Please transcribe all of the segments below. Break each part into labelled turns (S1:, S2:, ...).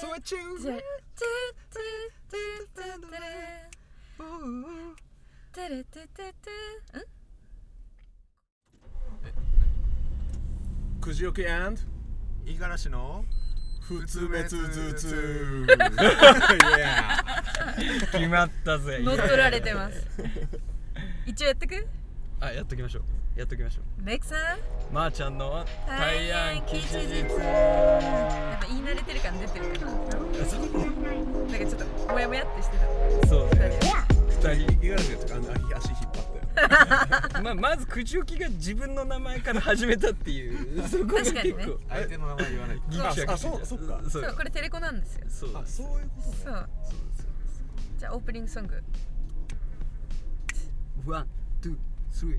S1: So I choose.
S2: じゃ
S1: Ooh.
S2: ん
S3: くじよき and
S1: 五十嵐の
S3: 普
S1: 通滅頭痛
S3: yeah
S4: 決まったぜ
S2: 乗っ取られてます一応やっとく
S4: あやっときましょうやっときましょ
S2: メイクさん
S4: うまー、ちゃんの大安吉日
S2: やっぱ言い慣れてる感出てるからなんか
S4: そ
S2: ちょっ
S4: う
S2: とモヤモヤってしてた
S4: そう
S2: 二人
S3: 二人五十嵐があの足引っ張って
S4: まあまず口置きが自分の名前から始めたってい うそこが結
S2: 確かにね
S4: 構
S1: 相手の名前言わない。
S4: ギクシャクしてた
S3: あそうそっか
S4: そ
S2: そう
S4: う
S2: これテレコなんですよ
S4: そう
S3: あそういうことね。
S2: そうじゃあオープニングソング
S4: ワン、ツー、スリー。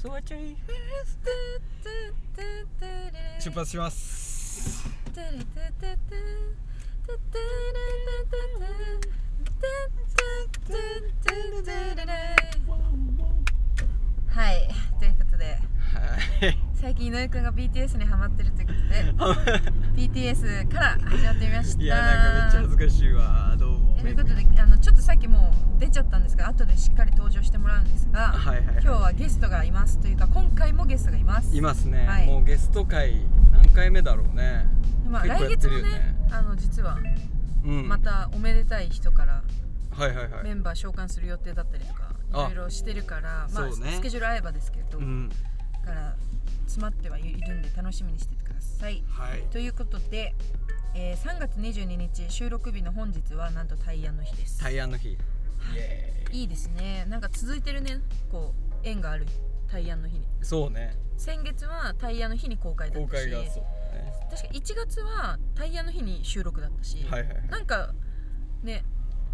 S4: So what you 出発します。
S2: はいということで
S4: はい。
S2: 最近井上くんが BTS にハマってるということで BTS から始まってみました
S4: いやなんかめっちゃ恥ずかしいわ。どうも。
S2: ということであのちょっとさっきもう出ちゃったんですが後でしっかり登場してもらうんですが、
S4: はいはいはい
S2: 今日はゲストがいますというか今回もゲストがいます
S4: いますね、
S2: はい
S4: もうゲスト会何回目だろうね。
S2: まあ、
S4: 結
S2: 来
S4: 構やって
S2: 月も
S4: る
S2: ね
S4: よね
S2: あの実は
S4: うん。
S2: またおめでたい人から
S4: はいはいは
S2: メ
S4: い。
S2: ンバー召喚する予定だったりとか、
S4: あ
S2: いろいろしてるから、まあ
S4: そうね
S2: スケジュール合えばですけど、
S4: うん。
S2: から詰まってはいるんで楽しみにしててください。
S4: はい。
S2: ということで、えー3月22日収録日の本日はなんと対案の日です。
S4: 対案の日。
S2: いいですね。なんか続いてるね、こう縁がある対案の日に。
S4: そうね。
S2: 先月はタイヤの日に公開だっ
S4: 公
S2: たし
S4: 開がそう、ね。
S2: 確か1月はタイヤの日に収録だったし、
S4: はいはいはい。
S2: なんかね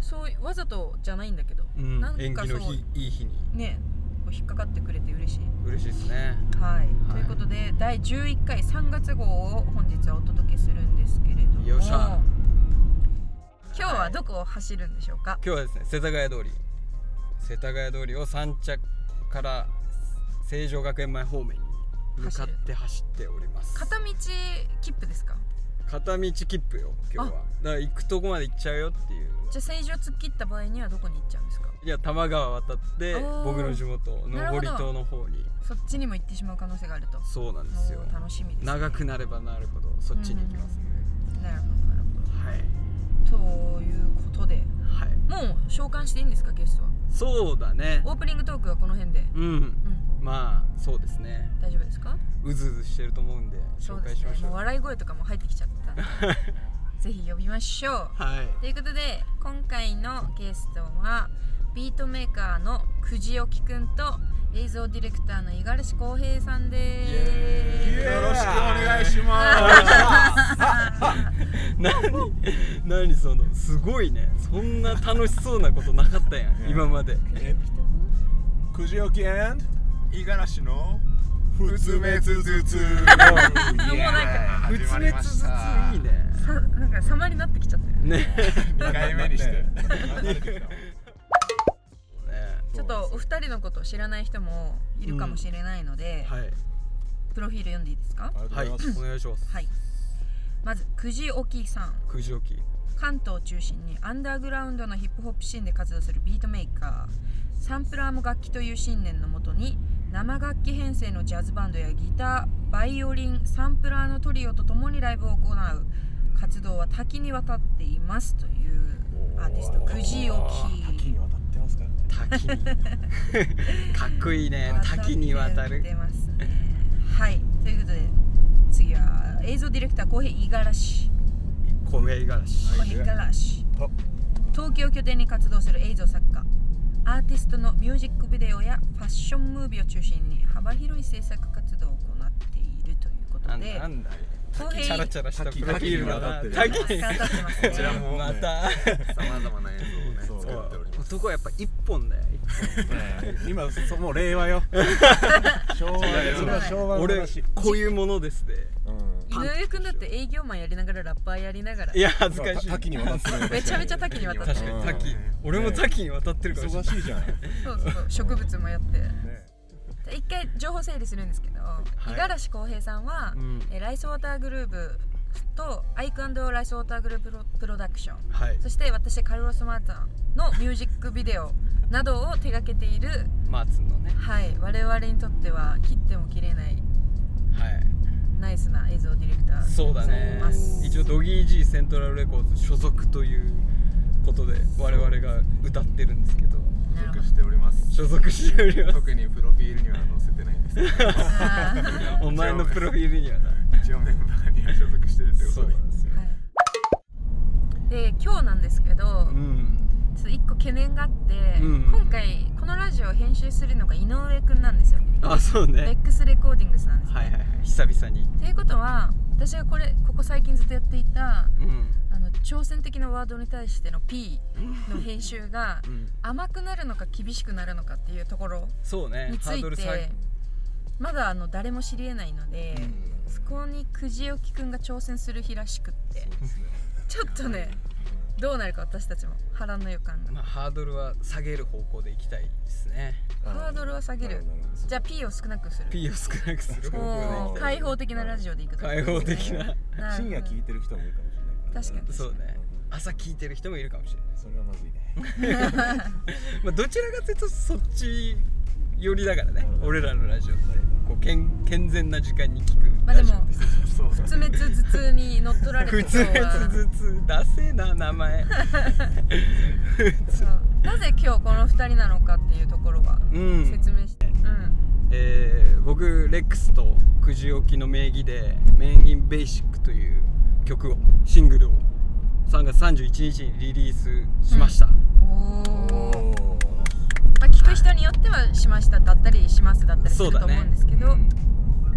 S2: そういうわざとじゃないんだけど、
S4: うん
S2: なん。
S4: 演
S2: か
S4: 技
S2: そ
S4: の
S2: う
S4: 日いい日に
S2: ねこう引っかかってくれて嬉しい。
S4: 嬉しいですね。
S2: はい、
S4: はい
S2: ということで第11回3月号を本日はお届けするんですけれども
S4: よっしゃ
S2: 今日はどこを走るんでしょうか、
S4: 今日はですね世田谷通り世田谷通りを三茶から成城学園前方面に向かって走っております
S2: 片道切符ですか
S4: 片道切符よ今日はだから行くとこまで行っちゃうよっていう
S2: じゃあ成城突っ切った場合にはどこに行っちゃうんですか
S4: いや多摩川渡って
S2: あー
S4: 僕の地元
S2: なるほ
S4: 上
S2: ど
S4: り島の方に
S2: そっちにも行ってしまう可能性があると
S4: そうなんですよ
S2: おー楽しみです、ね、
S4: 長くなればなるほどそっちに行きますね、
S2: なるほどなる
S4: はい
S2: ほどということで
S4: はい
S2: もう召喚していいんですかゲストは
S4: そうだね
S2: オープニングトークはこの辺で
S4: うん
S2: うん
S4: まあそうですね
S2: 大丈夫ですか
S4: うずうずしてると思うんで
S2: そう
S4: 紹
S2: で
S4: 介
S2: す
S4: し
S2: ね
S4: ましょ
S2: も
S4: う
S2: う笑い声とかも入ってきちゃったんで ぜひ呼びましょう
S4: はい
S2: ということで今回のゲストはビートメーカーのくじおきくんと映像ディレクターの五十嵐浩平さんです
S4: イエーイ
S1: よろしくお願いしま
S4: 何何 そのすごいねそんな楽しそうなことなかった やん今まです
S3: くじよき and
S1: す。五十嵐の
S3: 普通滅頭痛。
S2: もうなんか
S4: 不
S1: 始まり
S4: 滅
S1: ま
S4: ずつ
S1: した
S4: いい。ね
S2: さなんか様になってきちゃったよね
S4: ね
S1: 二回目にして。
S2: ちょっとお二人のことを知らない人もいるかもしれないので、
S4: はい
S2: プロフィール読んでいいですか
S3: ありがとうござ
S4: はい
S3: ま
S4: い
S3: す。
S4: お願いします
S2: はいまずくじおきさん
S4: くじおき
S2: 関東を中心にアンダーグラウンドのヒップホップシーンで活動するビートメーカーサンプラーも楽器という信念のもとに生楽器編成のジャズバンドやギターバイオリンサンプラーのトリオと共にライブを行う活動は多岐にわたっていますというアーティストくじお
S3: 滝
S2: き
S3: に渡ってますからね。
S4: 滝 にかっこいいね滝に渡る
S2: 出ますねはいということで次は映像ディレクター浩平五十嵐
S4: 小平五十嵐
S2: 小平五十嵐
S3: は
S2: 東京を拠点に活動する映像作家アーティストのミュージックビデオやファッションムービーを中心に幅広い制作活動を行っているということ
S4: なんだ
S2: で
S4: なんだ
S2: 小
S4: チャ
S2: 平
S4: ラチャラした
S3: 滝
S4: プロフィールだな
S3: 滝
S4: 滝
S2: 頑張ってます
S1: こちら
S2: ね
S1: も
S4: ま
S1: ね
S4: た
S1: さまざまな映像
S3: そ
S1: をね
S3: う
S1: 作っております。
S4: 男はやっぱ一本だよ
S3: 今そもう令和よ。昭和それは昭和の
S4: 俺
S3: 話。
S4: こういうものですね
S3: うん
S2: 井上くんだって営業マンやりながらラッパーやりながら
S4: いや恥ずかしい
S3: まあ滝に渡ってる。
S2: めちゃめちゃ多岐にわたって
S4: 確かに
S3: う
S4: 滝
S3: ん
S4: 俺も滝に渡ってるかもしれない
S3: 忙しいじゃん。ね
S2: そうそう植物もやってで一回情報整理するんですけど、
S4: い
S2: 五十嵐浩平さんは、
S4: うん
S2: えーライスウォーターグループとアイクライスウォーターグループロプロダクション
S4: はい
S2: そして私カルロス・マータンのミュージックビデオなどを手掛けている、
S4: マーツンのね
S2: はい、我々にとっては切っても切れない
S4: はい
S2: ナイスな映像ディレクターで
S4: そう
S2: ご
S4: だ
S2: ざ
S4: ね
S2: います
S4: 一応ドギー G セントラルレコーズ所属ということで我々が歌ってるんですけど
S2: なるほ
S1: 属
S2: ど
S1: しております
S4: 所属しております
S1: 特にプロフィールには載せてないんですけ ど
S2: あー
S4: お前のプロフィールにはな
S1: 一応メンバーには所属してるってこと
S4: そう
S1: に
S4: なんですよ
S2: はい、で今日なんですけど、
S4: うん
S2: ちょっと一個懸念があって、
S4: うん
S2: 今回このラジオを編集するのが井上くんなんですよ
S4: あそう
S2: レ
S4: ね
S2: ックスレコーディングスなんですね、
S4: はいはいはい久々に
S2: ということは私がこれここ最近ずっとやっていた
S4: うん
S2: あの挑戦的なワードに対しての P の編集 が
S4: うん
S2: 甘くなるのか厳しくなるのかっていうところ
S4: そうね
S2: につ
S4: ハー
S2: い
S4: ドル
S2: て
S4: 下げ
S2: まだあの誰も知り得ないので、そこにくじおきくんが挑戦する日らしくってちょっとねどうなるか私たちも波乱の予感が
S4: まあハードルは下げる方向でいきたいですね
S2: ハードルは下げるじゃあ P を少なくする
S4: P を少なくする方
S2: も
S4: 向
S2: う
S4: で
S2: 開放的なラジオでいくと
S4: 開放的な
S2: な
S5: 深夜聞い
S2: て
S5: てる人もいるかもしれないから
S2: 確かに
S4: そうね朝聞いてる人もいるかもしれない
S5: それはまずいね
S4: まあ、どちらかというとそっち寄りだからね、
S5: うん
S4: 俺らのラジオってこう健健全な時間に聞く
S2: まあで
S4: ラジ
S2: も
S4: オです、
S1: そう
S2: 普通滅頭痛に乗っ取られて
S4: 普通ずつ ダセえな 名前
S2: そうなぜ今日この2人なのかっていうところは
S4: うん、
S2: 説明して、うん
S4: えー僕レックスとくじおきの名義で「メインインベーシック」という曲をシングルを3月31日にリリースしました、
S2: お
S5: お
S2: ー
S5: ー
S2: まあ、聞く人によっては「しました」だったり「します」だったりす
S4: そう
S2: ると
S4: だ
S2: 思
S4: ね
S2: うんですけど、
S4: うん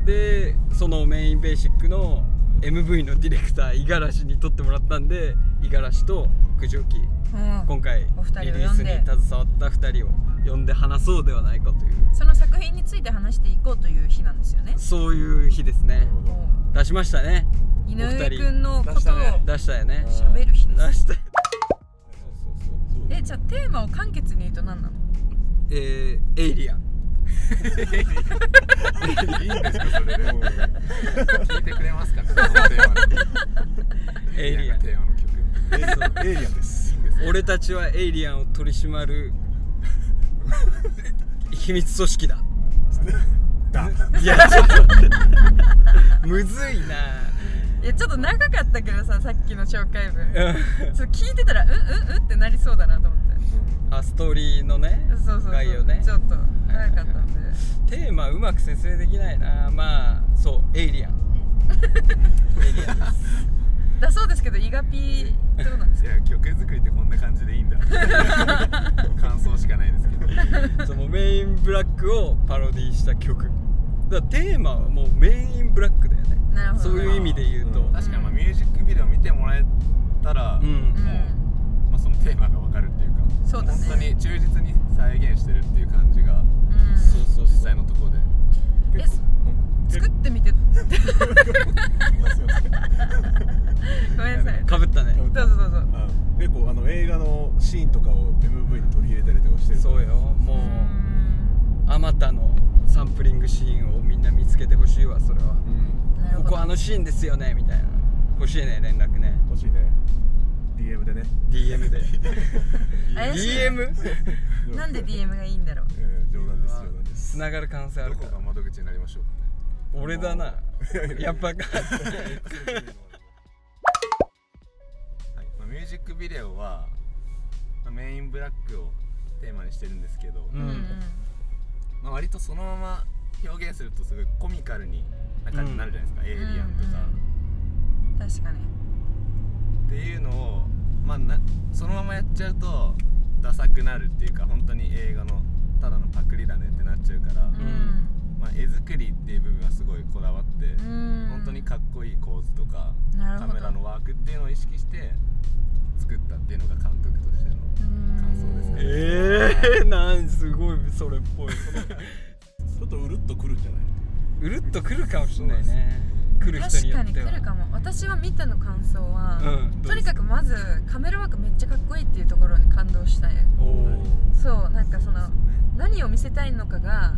S4: でそのメインベーシックの MV のディレクター五十嵐に撮ってもらったんで五十嵐と九条木
S2: うん
S4: 今回リ
S2: お二人を
S4: リー
S2: 呼ん
S4: ス
S2: で
S4: に携わった2人を呼んで話そうではないかという
S2: その作品について話していこうという日なんですよね。
S4: そういう日ですね
S2: おー
S4: 出しましたね
S2: 井
S4: お二
S2: 上
S4: 人
S2: くんのことを
S4: 出したよね
S2: 喋る日
S4: 出
S2: です。
S4: した
S2: えじゃあテーマを簡潔に言うと何なの
S4: えー、エイリアン
S1: いいんですかそれで聞いてくれますかねこのテーマの
S4: エイリアン
S1: テーマの曲
S5: エイリアンです
S4: 俺たちはエイリアンを取り締ま る秘密組織だ
S5: だ
S4: いやちょっと待ってむずいない
S2: やちょっと長かったけどささっきの紹介文
S4: うん
S2: そう聞いてたらうんうんうんってなりそうだなと思って
S4: あストーリーのね
S2: そうそうそう
S4: 概要ね
S2: ちょっと長かったんで、
S4: テーマうまく説明できないなまあそうエイリアンエイリアンです
S2: だそうですけどイガピーどうなんです
S1: い
S2: か
S1: や曲作りってこんな感じ でいいんだ感想しかないですけど
S4: そのメインブラックをパロディした曲だからテーマはもうメインブラックだよね
S2: なるほど
S4: そういう意味で言うと
S5: うん
S1: 確かにまあミュージックビデオ見てもらえたら、
S4: うん、
S2: うん
S1: まあ、そのテーマがわかるっていうか
S2: そうだね
S1: 本当に忠実に再現してるっていう感じが
S2: うん
S4: そうそうそう
S1: 実際のところで
S2: え作ってみてごめんなさい
S4: かぶったね
S2: どうぞどうぞ
S5: あ結構あの映画のシーンとかを MV に取り入れたりとかしてる
S4: そうよもう
S2: うん
S4: あまたのサンプリングシーンをみんな見つけてほしいわそれは
S5: うん
S2: なるほ
S4: こ
S2: ど
S4: こあのシーンですよねみたいな欲しいね連絡ね
S5: 欲しいね DM でね
S4: DM で
S2: 怪しい
S4: DM
S2: なん で DM がいいんだろう
S5: えー冗談です冗談です
S4: つながる可能性あ
S1: ど
S4: る
S1: こ
S4: から
S1: が窓口になりましょう
S4: 俺だなやっぱ か
S1: はいまあミュージックビデオは、まあメインブラックをテーマにしてるんですけど、
S4: う
S2: うんんうん
S1: まあ、割とそのまま表現するとすごいコミカルにな感じになるじゃないですか、エイリアンとか、
S2: うん確かに
S1: っていうのを、まあ、なそのままやっちゃうとダサくなるっていうか本当に映画のただのパクリだねってなっちゃうから、
S2: うん
S1: まあ、絵作りっていう部分はすごいこだわって、
S2: うん
S1: 本当にかっこいい構図とか
S2: なる
S1: カ
S2: ほど
S1: メラのワークっていうのを意識して作ったっていうのが監督としての感想ですね
S4: ええー、なんすごいそれっぽい
S5: ちょっとうるっとくるんじゃないう
S4: るっとくるかもしれないね来る人に
S2: 確
S4: よ
S2: か
S4: っ
S2: に
S4: ては
S2: 来るかも私は見たの感想は、
S4: うん
S2: とにかくまずカメラワークめっちゃかっこいいっていうところに感動したい
S4: おお
S2: そうなんかその
S1: そうですよね
S2: 何を見せたいのかが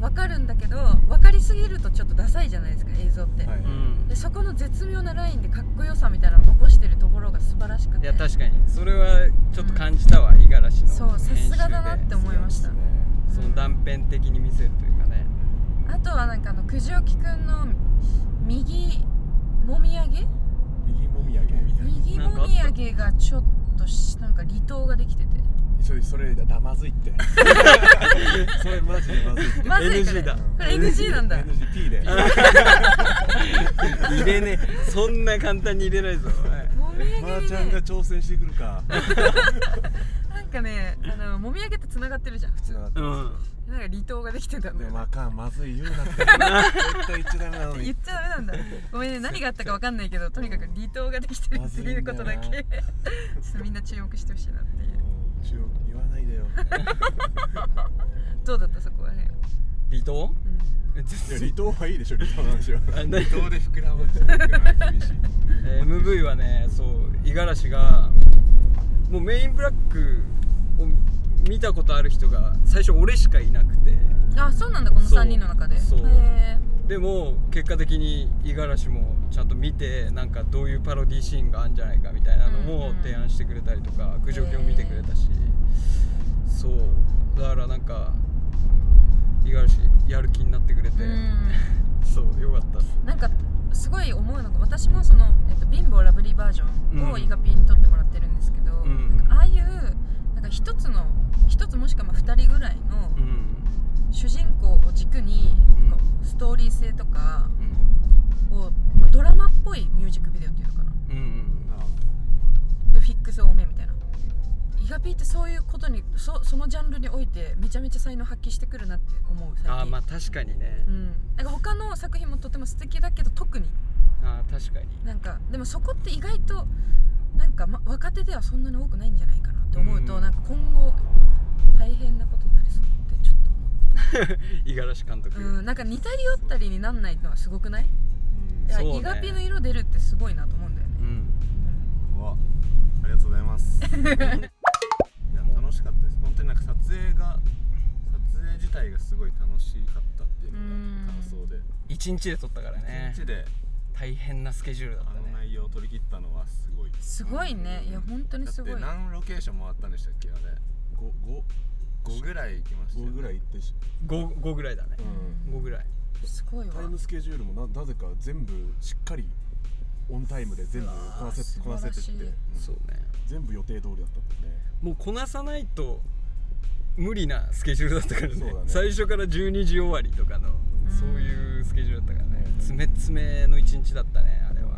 S2: 分かるんだけど分かりすぎるとちょっとダサいじゃないですか映像って、
S5: はい
S4: うん
S2: でそこの絶妙なラインでかっこよさみたいなのを残してるところが素晴らしくて
S4: いや確かにそれはちょっと感じたわ五十嵐の
S2: そうさすがだなって
S4: 編
S2: 思いました
S5: そう
S4: 集でその断片的に見せるというか ね
S2: あとはなんかあの九条木くんの右もみあげ
S5: ですね右もみあげ
S2: 右
S4: なんかあ
S2: も
S4: った
S2: みあげがちょっとしなんか離島ができてて
S5: それそれだだまずいって それマジで まずいって
S2: まずいこれ
S4: NG だ
S2: これ NG なんだ
S5: NGP で
S4: 入れねえそんな簡単に入れないぞお
S2: もみ
S5: ま
S2: あ
S5: ー
S2: げ
S5: ちゃん
S2: に
S5: が
S2: ね
S5: 挑戦してくるか
S2: なんかねあのもみあげってつながってるじゃん普通なんか
S4: いうん
S2: 離島ができてたんだ
S5: で
S2: よ
S5: まああかんまずい言うなって 絶対言っちゃダメなの
S2: 言っ
S5: に
S2: ちゃダメなんだご めんね何があったかわかんないけどとにかく離島ができてるっていうことだけ
S5: まずい
S2: ちょ
S5: んだよ
S2: っとみんな注目してほしいなっていう
S5: 中央言わないでよ
S2: どうだったそこはね、
S4: 離島
S2: うん
S4: え全
S5: いや
S4: 然
S5: 離島はいいでしょ離島なんですよ
S4: あな
S1: どうで膨らませ
S5: 厳しい
S4: えー MV はねそう五十嵐がもうメインブラックを見たことある人が最初俺しかいなくて
S2: あそうなんだこの
S4: そ
S2: 3
S4: う
S2: 人の中で
S4: そう
S2: へ
S4: でも結果的に五十嵐もちゃんと見てなんかどういうパロディシーンがあるんじゃないかみたいなの
S2: う
S4: も
S2: んうん
S4: 提案してくれたりとか苦情表見てくれたしそうだからなんか五十嵐やる気になってくれて
S2: えう
S4: そうよかったっす
S2: んなんかすごい思うのが私もその、えっと、貧乏ラブリーバージョンを
S4: うん
S2: イガピーに撮ってもらってるんですけど、
S4: ん
S2: なんかああいうなんか一つの一つもしくはまあ2人ぐらいの
S4: うん
S2: 主人公を軸に
S4: うん
S2: なんかストーリー性とか
S4: うん
S2: をまあドラマっぽいミュージックビデオっていうのかな
S4: うんうん
S2: でフィックス多めみたいなイガピーってそういうことにそそのジャンルにおいてめちゃめちゃ才能発揮してくるなって思う最近
S4: あーまあ確かにね
S2: うん、なんか他の作品もとても素敵だけど特に
S4: あー確かに
S2: なんかでもそこって意外となんか、ま、若手ではそんなに多くないんじゃないかなと思うと、
S4: うん
S2: なんか今後大変なことになりそうってちょっと思
S4: 五十嵐監督
S2: う、うん、なんか似たり寄ったりになんないのはすごくないだから
S4: そうね
S2: イガピの色出るってすごいなと思うんだよね、
S4: うん
S1: うわありがとうございます いや楽しかったです本当になんか撮影が撮影自体がすごい楽しかったっていうの
S2: うん
S1: が感想で
S4: 一日で撮ったからね
S1: 一日で
S4: 大変なスケジュールだっ
S1: あ
S4: た
S1: の
S4: ね
S1: 内容を取り切ったのはすごい
S2: すごいねいや本当にすごい
S1: だって何ロケーション回ったんでしたっけあれ5ぐらい行きましたよね
S5: 55ぐらい行ってし、
S4: 5, 5ぐらいだね
S5: うん、
S4: 5ぐらい
S2: すごいわ
S5: タイムスケジュールもななぜか全部しっかりオンタイムで全部こなせ
S2: う
S5: こ
S2: わー
S5: なせてっ
S2: 素晴ら
S5: て
S2: しい
S4: そうね
S5: 全部予定通りだったもんね
S4: もうこなさないと無理なスケジュールだったからね
S5: そうだね
S4: 最初から12時終わりとかの
S2: ん
S4: そういうスケジュールだったからね
S5: うん
S4: 詰め詰めの一日だったねあれは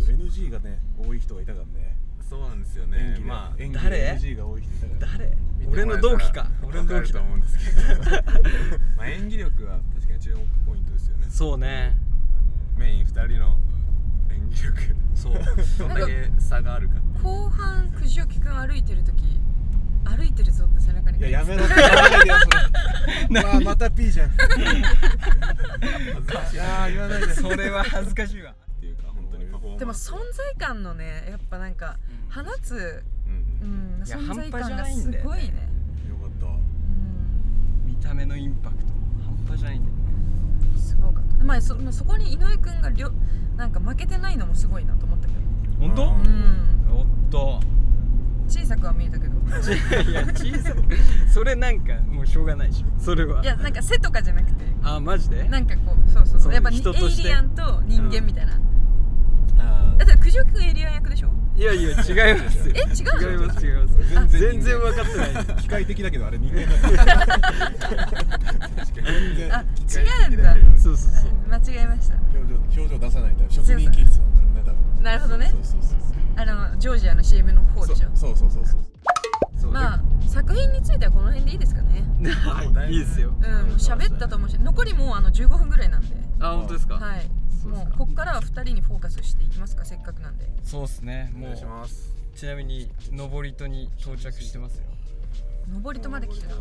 S5: NG がね多い人がいたからね
S1: そうなんですよ
S5: 演
S1: ね
S5: 技で、
S1: まあ
S5: 演技
S4: 誰
S5: で NG が多い人いたから
S4: 誰
S1: 見て
S4: 俺
S1: も
S4: の
S1: らえたら
S4: 同期か俺の
S1: わ
S4: 同
S1: る
S4: 期
S1: と
S4: だ
S1: 思うんですけどまあ演技力は確かに注目ポイントですよね
S4: そうね
S1: あのメイン2人の演技力
S4: そう
S1: どんだけ差があるか
S2: 後半くじおきくん歩いてる時歩いてるぞって背中に
S5: いややめろ
S2: 書
S5: って
S2: て
S5: 言わないでよそれわあまた P じゃんいやー言わないで
S4: それは恥ずかしいわ
S1: っていうか本当にパフォーマンス
S2: でも存在感のねやっぱなんか放つ、
S1: うん
S2: う
S1: うん
S2: ん、
S4: いや
S2: 存在
S4: 半端じ
S2: 感
S4: ゃ
S2: が
S4: ない
S2: す
S4: んだよね
S2: ごいね
S5: よかった
S4: 見た目のインパクト半端じゃないんだよね
S2: うんすごかった、まあ、そそこに井上くんがりょなんか負けてないのもすごいなと思ったけど、
S4: 本当
S2: うん、
S4: おっと
S2: 小さくは見えたけど
S4: いや小さいそれなんかもうしょうがないでしょそれはい
S2: やなんか背とかじゃなくて
S4: あマジで
S2: なんかこうそうそうそ
S4: そうう
S2: やっぱエイ
S4: 人として
S2: リアンと人間みたいな、
S5: あ
S2: だって九条くんエイリアン役でしょ
S4: いやいや違いますよ
S2: え違うの
S4: 違います違います
S5: 全然人間
S4: 全然分かってない
S5: ー機械的だけどあれ人間だから
S1: 確かに
S5: 全然
S2: あ
S1: 機械
S2: 違うん
S1: 的
S2: だ
S1: だけど
S4: そうそうそう
S2: あ間違えました
S5: 表情表情出さないと職人気質なんだろうね多分
S2: なるほどね
S5: そうそうそう
S2: あのジョージアの CM の方
S5: そう
S2: でしょ
S5: そうそうそうそう
S4: そう
S2: まあ作品についてはこの辺でいいですかね
S4: はいいいですよ
S2: うんもう喋ったと思うし残りもうあの15分ぐらいなんで
S4: あ本当ですか
S2: はい
S4: そうっ
S2: も
S4: すか
S2: うこっからは2人にフォーカスしていきますかせっかくなんで
S4: そうですね
S1: お
S4: も
S1: 願
S4: う
S1: いします
S4: ちなみに登戸に到着してますよ
S2: 上りとまで来てた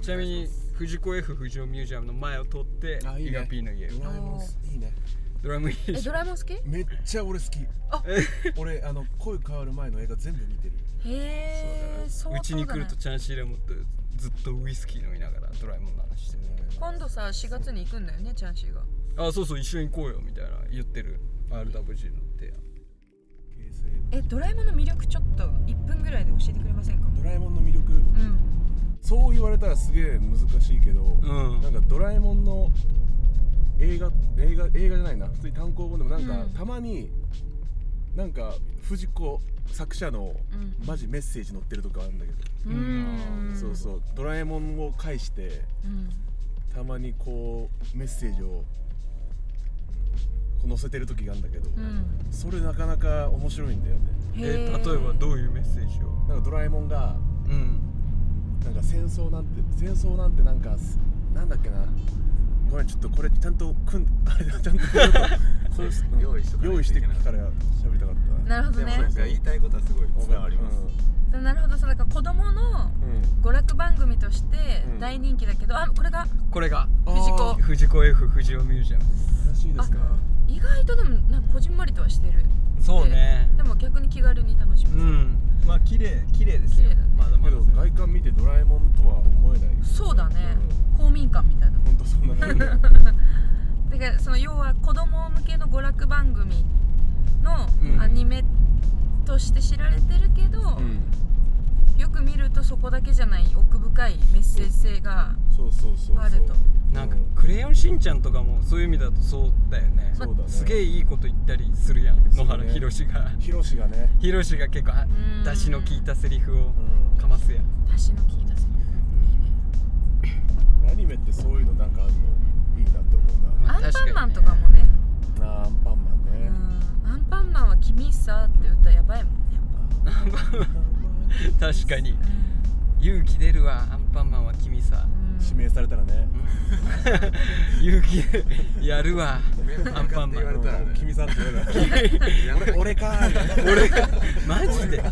S4: ちなみに藤子 F 不二雄ミュージアムの前を通って
S5: あいいね
S4: イガピーの家を
S5: ドラえもんいいね
S4: ドラムいい
S2: え
S4: でし
S2: ド
S4: ょ
S2: ラえもん好きへ
S5: めっちゃ俺好き
S2: あ
S5: 俺あの声変わる前の映画全部見てる
S2: えそう
S4: ちに来るとチャンシーラモンとずっとウイスキー飲みながらドラえもんの話して
S2: 今度さ4月に行くんだよねチャンシーが
S4: るあそうそう一緒に行こうよみたいな言ってる RWG の提案
S5: 形成
S2: えドラえもんの魅力ちょっと1分ぐらいで教えてくれませんか
S5: ドラえもんの魅力
S2: うん
S5: そう言われたらすげえ難しいけど、
S4: ん
S5: なんかドラえもんの映画映画映画じゃないな普通に単行本でもなんか、
S2: うん
S5: たまになんか藤子作者の
S2: うん
S5: マジメッセージ載ってるとかあるんだけど、
S2: う
S4: うん
S2: ん
S5: そう
S2: う
S5: そうドラえもんを介して
S2: ん
S5: たまにこうメッセージをこう載せてる時があるんだけど、
S2: うん
S5: それなかなか面白いんだよね
S4: え
S2: へ
S4: 例えばどういうメッセージを
S5: なんかドラえもんが
S4: うん
S5: なんか戦争なんて戦争なんてなんかすなんだっけなごめんちょっとこれちゃんと組ん あれだちゃんとちょっとこうしうん
S1: 用意しとかないといけない
S5: 用意してから喋りたかった
S2: なるほど
S1: でもな
S2: ね
S1: んか言いたいことはすごい伝わります、
S2: なるほどそうなんか子供の
S5: うん、うん
S2: 娯楽番組として
S5: うん
S2: 大人気だけど、あこれが
S4: これが
S2: 藤
S5: あ
S2: 子
S5: ー
S4: 藤子 F 不二雄ミュージアムです
S5: らしいですか
S2: 意外とでもなんかこじんまりとはしてる
S4: そうね
S2: でも逆に気軽に楽しめ
S4: う
S2: る、
S4: んまあ綺麗綺麗です
S2: 綺
S4: よ
S2: 麗だね
S4: まだま
S5: け
S4: だ
S5: ど外観見てドラえもんとは思えない
S2: そうだね、公民館みたいな
S5: 本当そんな感じ
S2: だからその要は子供向けの娯楽番組の
S4: うん
S2: アニメとして知られてるけど、
S5: うん
S2: よく見るとそこだけじゃない奥深いメッセージ性が
S5: そうそうそうそう
S2: あると
S4: なんか「クレヨンしんちゃん」とかもそういう意味だとそうだよね
S5: そうだね
S4: すげえいいこと言ったりするやん野
S5: そう
S4: 原
S5: ね
S4: ひろしが
S5: ヒロシがね
S4: ひろしが結構あ
S2: ん
S4: 出汁の効いたセリフを
S5: うん
S4: かますやん
S2: 出汁の効いたセリフいいね
S5: アニメってそういうのなんかあるのいいなって思う
S4: ま
S2: ア
S4: あ
S2: ン
S4: 確
S2: パ
S4: かにね
S2: ンマンとかもね
S5: な、なあアンパンマン
S2: う
S5: ね、
S2: んアンパンマンは「君さ」って歌やばいもんねやっ
S4: 確かに
S2: ぱ
S4: 勇気出るわアンパンマンは君さ
S2: うん
S5: 指名されたらね、
S4: 勇気やるわ
S1: メンバー
S4: アンパンマ
S1: かって言われ
S4: ン
S1: たらね
S5: うん君さんって言われたら
S1: やばい
S5: 俺かーみたいな
S4: 俺が マジで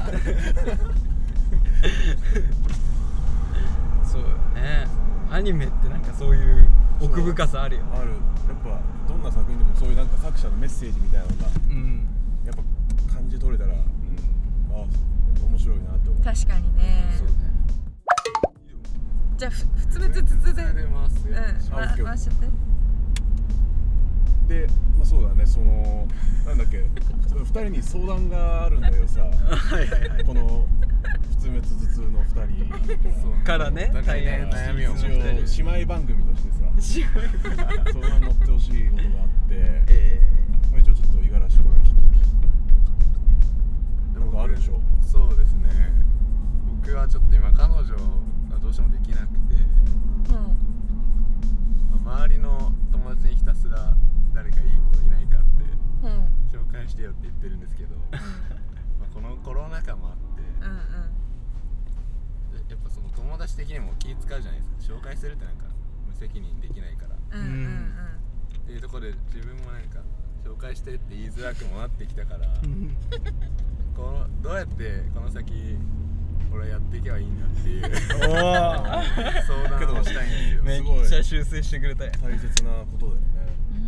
S4: そうよねアニメってなんかそういう奥深さあるよね
S5: あるやっぱどんな作品でもそういうなんか作者のメッセージみたいなのがや
S4: うん
S5: っぱ感じ取れたら、ああ面白いなと思う
S2: 確かにね
S4: そうね
S2: じゃあふ普通つつつで
S1: それで回す
S2: うん
S1: よ、
S5: オッケ
S2: ま
S5: ー
S2: 回しちゃって
S5: で、まあ、そうだねそのなんだっけ2人に相談があるんだけどさ
S4: はいはいはい
S5: この普通滅頭痛の2人
S1: そう
S4: からね
S1: お互いね
S4: 大
S1: 悩
S4: 変
S1: みを持
S5: 一
S1: っ
S5: 応
S1: てる
S5: 姉妹番組としてさ相談乗ってほしいことがあって
S4: え
S5: まあ一応ちょっと五十嵐からちょっとなんかあるでしょ
S1: そうですね僕はちょっと今彼女がどうしてもできなくて、
S2: も
S1: まあ周りの友達にひたすら誰かいい子いないかって
S2: うんうん
S1: 紹介してよって言ってるんですけど、まあこのコロナ禍もあって、
S2: うんうん
S1: やっぱその友達的にも気使うじゃないですか紹介するってなんか無責任できないから
S2: うんうんうん
S1: っていうところで自分もなんか紹介してって言いづらくもなってきたから
S4: うん
S1: このどうやってこの先俺はやっていけばいいんだっ てい
S4: お
S1: う
S4: ー
S1: 相談をしたいんですよ
S4: めっちゃ修正してくれたよ
S5: 大切なことだよね
S2: うー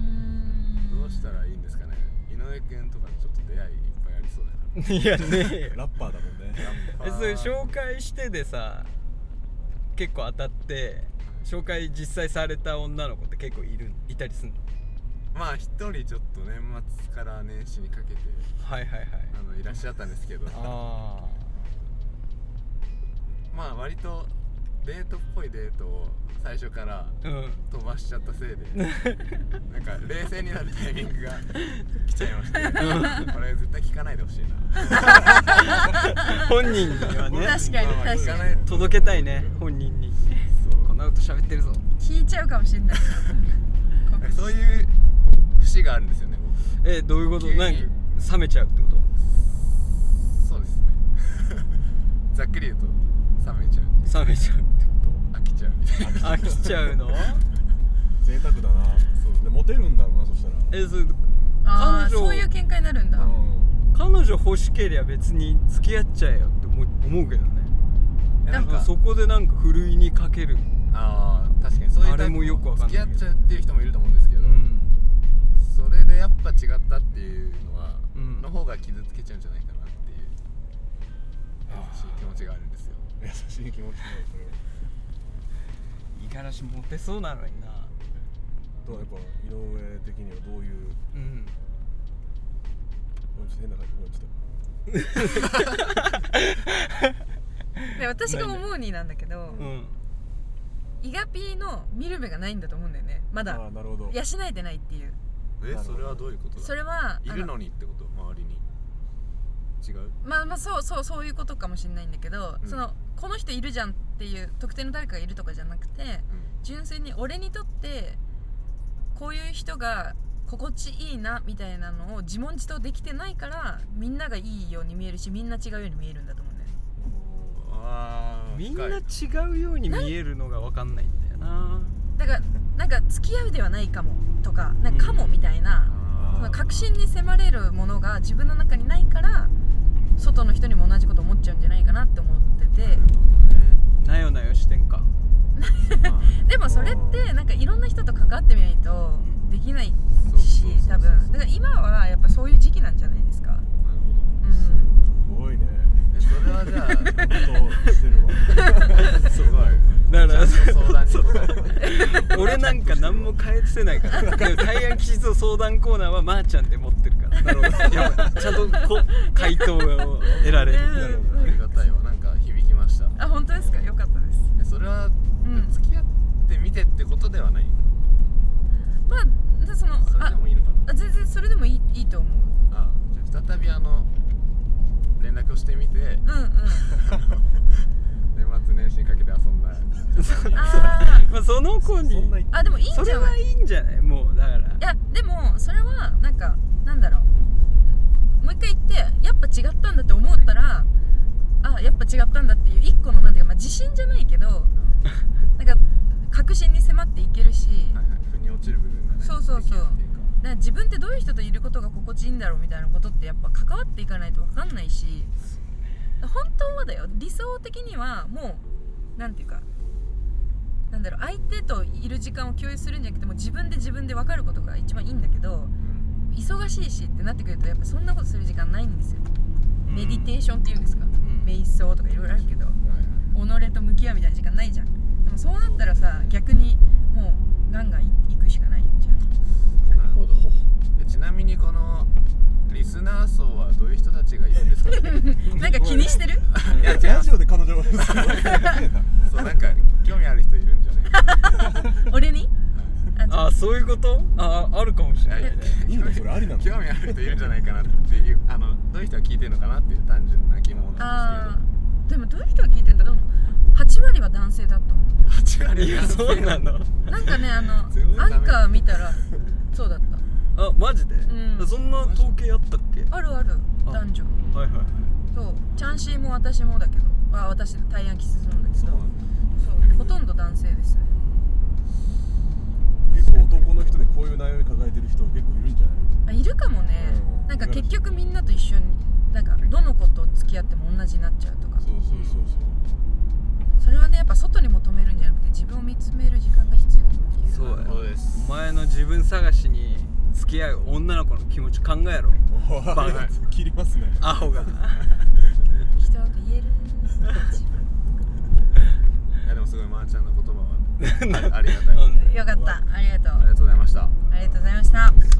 S2: ん
S1: どうしたらいいんですかね井上くんとかちょっと出会いいっぱいありそうだから
S4: いやねえよ
S5: ラッパーだもんね
S4: えそれ紹介してでさ結構当たって紹介実際された女の子って結構いるいたりすんの
S1: まあ一人ちょっと年末から年始にかけて
S4: はいはいはい
S1: あのいらっしゃったんですけど
S4: あ
S1: まあ割とデートっぽいデートを最初から
S4: あうん
S1: 飛ばしちゃったせい でなんか冷静になるタイミングが来ちゃいましてこれ絶対聞かないでほしいな
S2: 確かに確か
S4: 本人にはね
S1: まあまあ聞か
S2: に
S1: ないと
S4: 届けたいね本人にこんなこと喋ってるぞ
S2: 聞いちゃうかもしれない
S1: そうそういう節があるんですよね
S4: えどういうこと
S1: 急に
S4: 何冷めちゃうってこと
S1: 僕そうですね ざっくり言うと冷めちゃう
S4: 冷めちゃうってこ
S1: 飽きちゃうみたいな
S4: と 飽きちゃうの
S5: 贅沢だな
S1: そう
S5: でモテるんだろうなそしたら
S4: えそれ
S2: ああ
S4: 彼女
S2: そういう見解になるんだ
S5: うん
S4: 彼女欲しけりゃ別に付き合っちゃえよって思う思うけどね
S1: えなんか
S4: そこでなんかふるいにかける
S1: ああ確かにそういうタイプ
S4: あれもよくわかんない
S1: 付き合っちゃうっていう人もいると思うんですけど、
S4: うん
S1: それでやっぱ違ったっていうのは、
S4: うん
S1: の方が傷つけちゃうんじゃないかなっていう優しい気持ちがあるんですよ
S5: 優しい気持ちになるそれは
S4: からしモテそうなのにな
S5: どうやっぱ井上的にはどういう
S4: うん
S5: もうちょっと変な感じもうちょっと
S2: で私が思うになんだけど、
S4: うん
S2: イガピーの見る目がないんだと思うんだよねま
S5: あ
S2: だ
S5: あなるほど
S2: 養えてないっていう
S1: えそれはどういうことだ
S2: それはいあ
S1: るのにってこと周りに違う
S2: まあまあそうそうそういうことかもしれないんだけど、
S1: うん
S2: そのこの人いるじゃんっていう特定の誰かがいるとかじゃなくて
S1: うん
S2: 純粋に俺にとってこういう人が心地いいなみたいなのを自問自答できてないからみんながいいように見えるしみんな違うように見えるんだと思うんだよね
S1: あー
S4: みんな
S1: 深い
S4: 違うように見えるのが分かんないんだよな
S2: だからなんか付き合うではないかもとかなんかかもみたいな、そ
S1: あ
S2: の
S1: ー
S2: 確信に迫れるものが自分の中にないから外の人にも同じこと思っちゃうんじゃないかなって思ってて
S4: なよなよしてんか
S1: ま
S2: でもそれってなんかいろんな人と関わってみないとできない
S1: あ
S2: し
S1: そうそうそうそう
S2: 多分だから今はやっぱそういう時期なんじゃないですか、
S1: なるほど
S2: うん、
S5: すごいね
S1: えそれはじゃあ
S5: ちゃんとしてるわ
S1: すごい。
S4: だから
S1: ちゃんと相談に 答
S4: 俺なんか何も返せないからでも大安吉日相談コーナーはまーちゃんで持ってるからなるほどちゃんとこ回答を得られる
S2: なるほど
S1: えてありがたいわ。なんか響きました。
S2: あ本当ですかよかったです
S1: えそれは、
S2: ん
S1: 付き合ってみてってことではない。
S2: まあでその
S1: それでもいいのかな。
S2: ああ全然それでもいいいいと思う
S1: あ、じゃあ再びあの連絡をしてみて、
S2: うんうん
S1: 年末年始にかけて遊んだ。
S2: あ
S4: まあその子に
S5: そんな言っ
S2: ーあでもいいん
S4: そ
S2: じ
S4: れ
S2: ゃ
S4: は
S2: ない
S4: いいんじゃないもうだから
S2: いやでもそれはなんかなんだろうもう一回言ってやっぱ違ったんだって思ったらあやっぱ違ったんだっていう一個のなんていうか、まあ、自信じゃないけどなんか確信に迫っていけるし、
S1: はいはい。腑に落ちる部分がね。
S2: そうそうそう
S1: できるっていうか
S2: だから自分ってどういう人といることが心地いいんだろうみたいなことってやっぱ関わっていかないと分かんないし本当はだよ理想的にはもうなんていうかなんだろう相手といる時間を共有するんじゃなくてもう自分で自分で分かることが一番いいんだけど
S1: うん
S2: 忙しいしってなってくるとやっぱそんなことする時間ないんですよ、
S4: うん
S2: メディテーションっていうんですか、
S4: ん
S2: 瞑想とかいろいろあるけど
S1: はいはい
S2: 己と向き合うみたいな時間ないじゃんでもそうなったらさ逆にもうガンガン行くしかないじゃん
S1: なるほど。えちなみにこのリスナー層はどういう人たちがいるんですか、ね。
S2: なんか気にしてる
S1: いや違
S5: て
S1: う
S5: ラジオで彼女がすごいすげえな
S1: そうなんか興味ある人いるんじゃないかな。
S2: 俺にあじゃあ
S4: あそういうことああるかもしれないね
S5: いいのそれありなの
S1: 興味ある人いるんじゃないかなっていうあのどういう人が聞いてるのかなっていう単純な疑問
S2: あ
S1: なんで
S2: ーでもどういう人が聞いてんだろうでも8割は男性だと思
S1: すけど8
S4: い
S1: 割
S4: やそうなの
S2: うなんかねあの
S1: 全然ダ
S2: ア
S1: メ
S2: ンカー見たらそうだった
S4: あマジで、
S2: うん
S4: そんな統計あったっけ
S2: あるある
S4: あ
S2: 男女
S4: はいはいはい
S2: そうチャンシーも私もだけどあ私大安キスするんだけど
S1: そう
S2: そうほとんど男性ですね
S5: 結構男の人でこういう悩み抱えてる人結構いるんじゃない
S2: あいるかもね
S5: うん
S2: なんか結局みんなと一緒になんかどの子と付き合っても同じになっちゃうとか
S5: そうそうそうそう
S2: それはねやっぱ外に求めるんじゃなくて自分を見つめる時間が必要っていう
S4: そうや
S1: そうです
S4: お前の自分探しに付き合う女の子の気持ち考えろ
S5: おー
S4: バ
S1: カ
S5: 切りますね
S4: アホが
S2: 人と言える自分
S1: いやでもすごいまーちゃんの言葉はあありがたい
S4: なんで
S2: よかった。ありがと
S1: あり
S2: う。
S1: がとうございました、はい
S2: ありがとうございました。
S5: いや素晴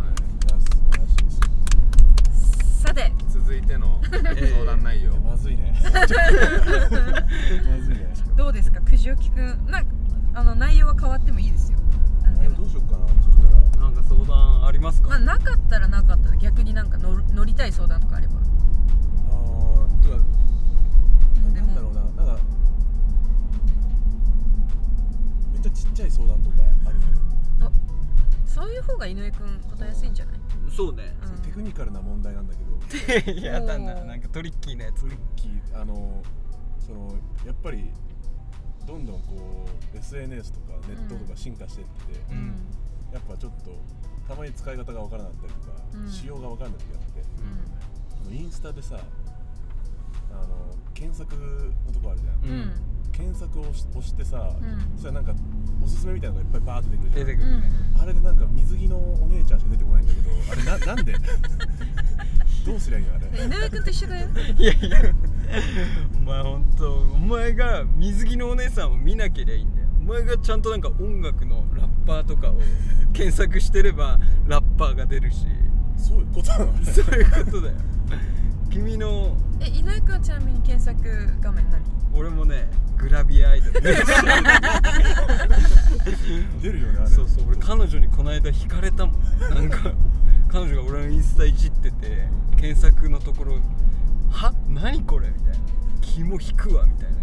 S5: らしいですよ
S2: さて、
S1: 続いての相談内容
S5: いやまずいねまずいね
S2: どうですか、くじおきくん。なんかあの内容は変わってもいいですよ。なんで
S5: ど
S2: も
S5: う。しようかなそしたら
S4: なんか相談あります
S2: まあ
S4: か
S2: なかったらなかったで逆になんか乗る乗りたい相談とかあれば。
S5: ああてかな
S2: で
S5: なんだろうななんかめっちゃちっちゃい相談とかあるよね
S2: そういう方が井上くん答えやすいんじゃない？
S4: そうね
S2: うん
S5: テクニカルな問題なんだけど
S4: やだななんかトリッキーなやつ
S5: トリッキーあのそのやっぱりどんどんこう SNS とかネットとか進化してってて、
S4: う
S2: うんん。
S5: やっぱちょっとたまに使い方が分からなかったりとか、
S2: うん
S5: 仕様が分からなくなってあのインスタでさあの検索のとこあるじゃん、
S4: う
S2: うん。うんん。
S5: 検索を押し押してさ、
S2: うん
S5: そしたらなんかおすすめみたいなのがいっぱいバーって出てくるじゃ
S4: 出
S5: ん
S4: て
S2: う
S4: くるね
S2: ん。
S5: あれでなんか水着のお姉ちゃんしか出てこないん だけどあれななんでどうすりゃいいのあれ
S2: 井上くんと一緒だよ。
S4: いやいやお前ほんとお前が水着のお姉さんを見なけりゃいいんだよお前がちゃんとなんか音楽のラッパーとかを検索してればラッパーが出 るし
S5: そういうことなの
S4: そういうことだよ君の
S2: え井上君はちなみに検索画面何
S4: 俺もねグラビアアイ ドルね
S5: 出るよねあれ
S4: そうそう俺彼女にこの間惹かれたもんな んか彼女が俺のインスタいじってて検索のところ「は何これ?」みたいな「肝引くわ」みたいなこ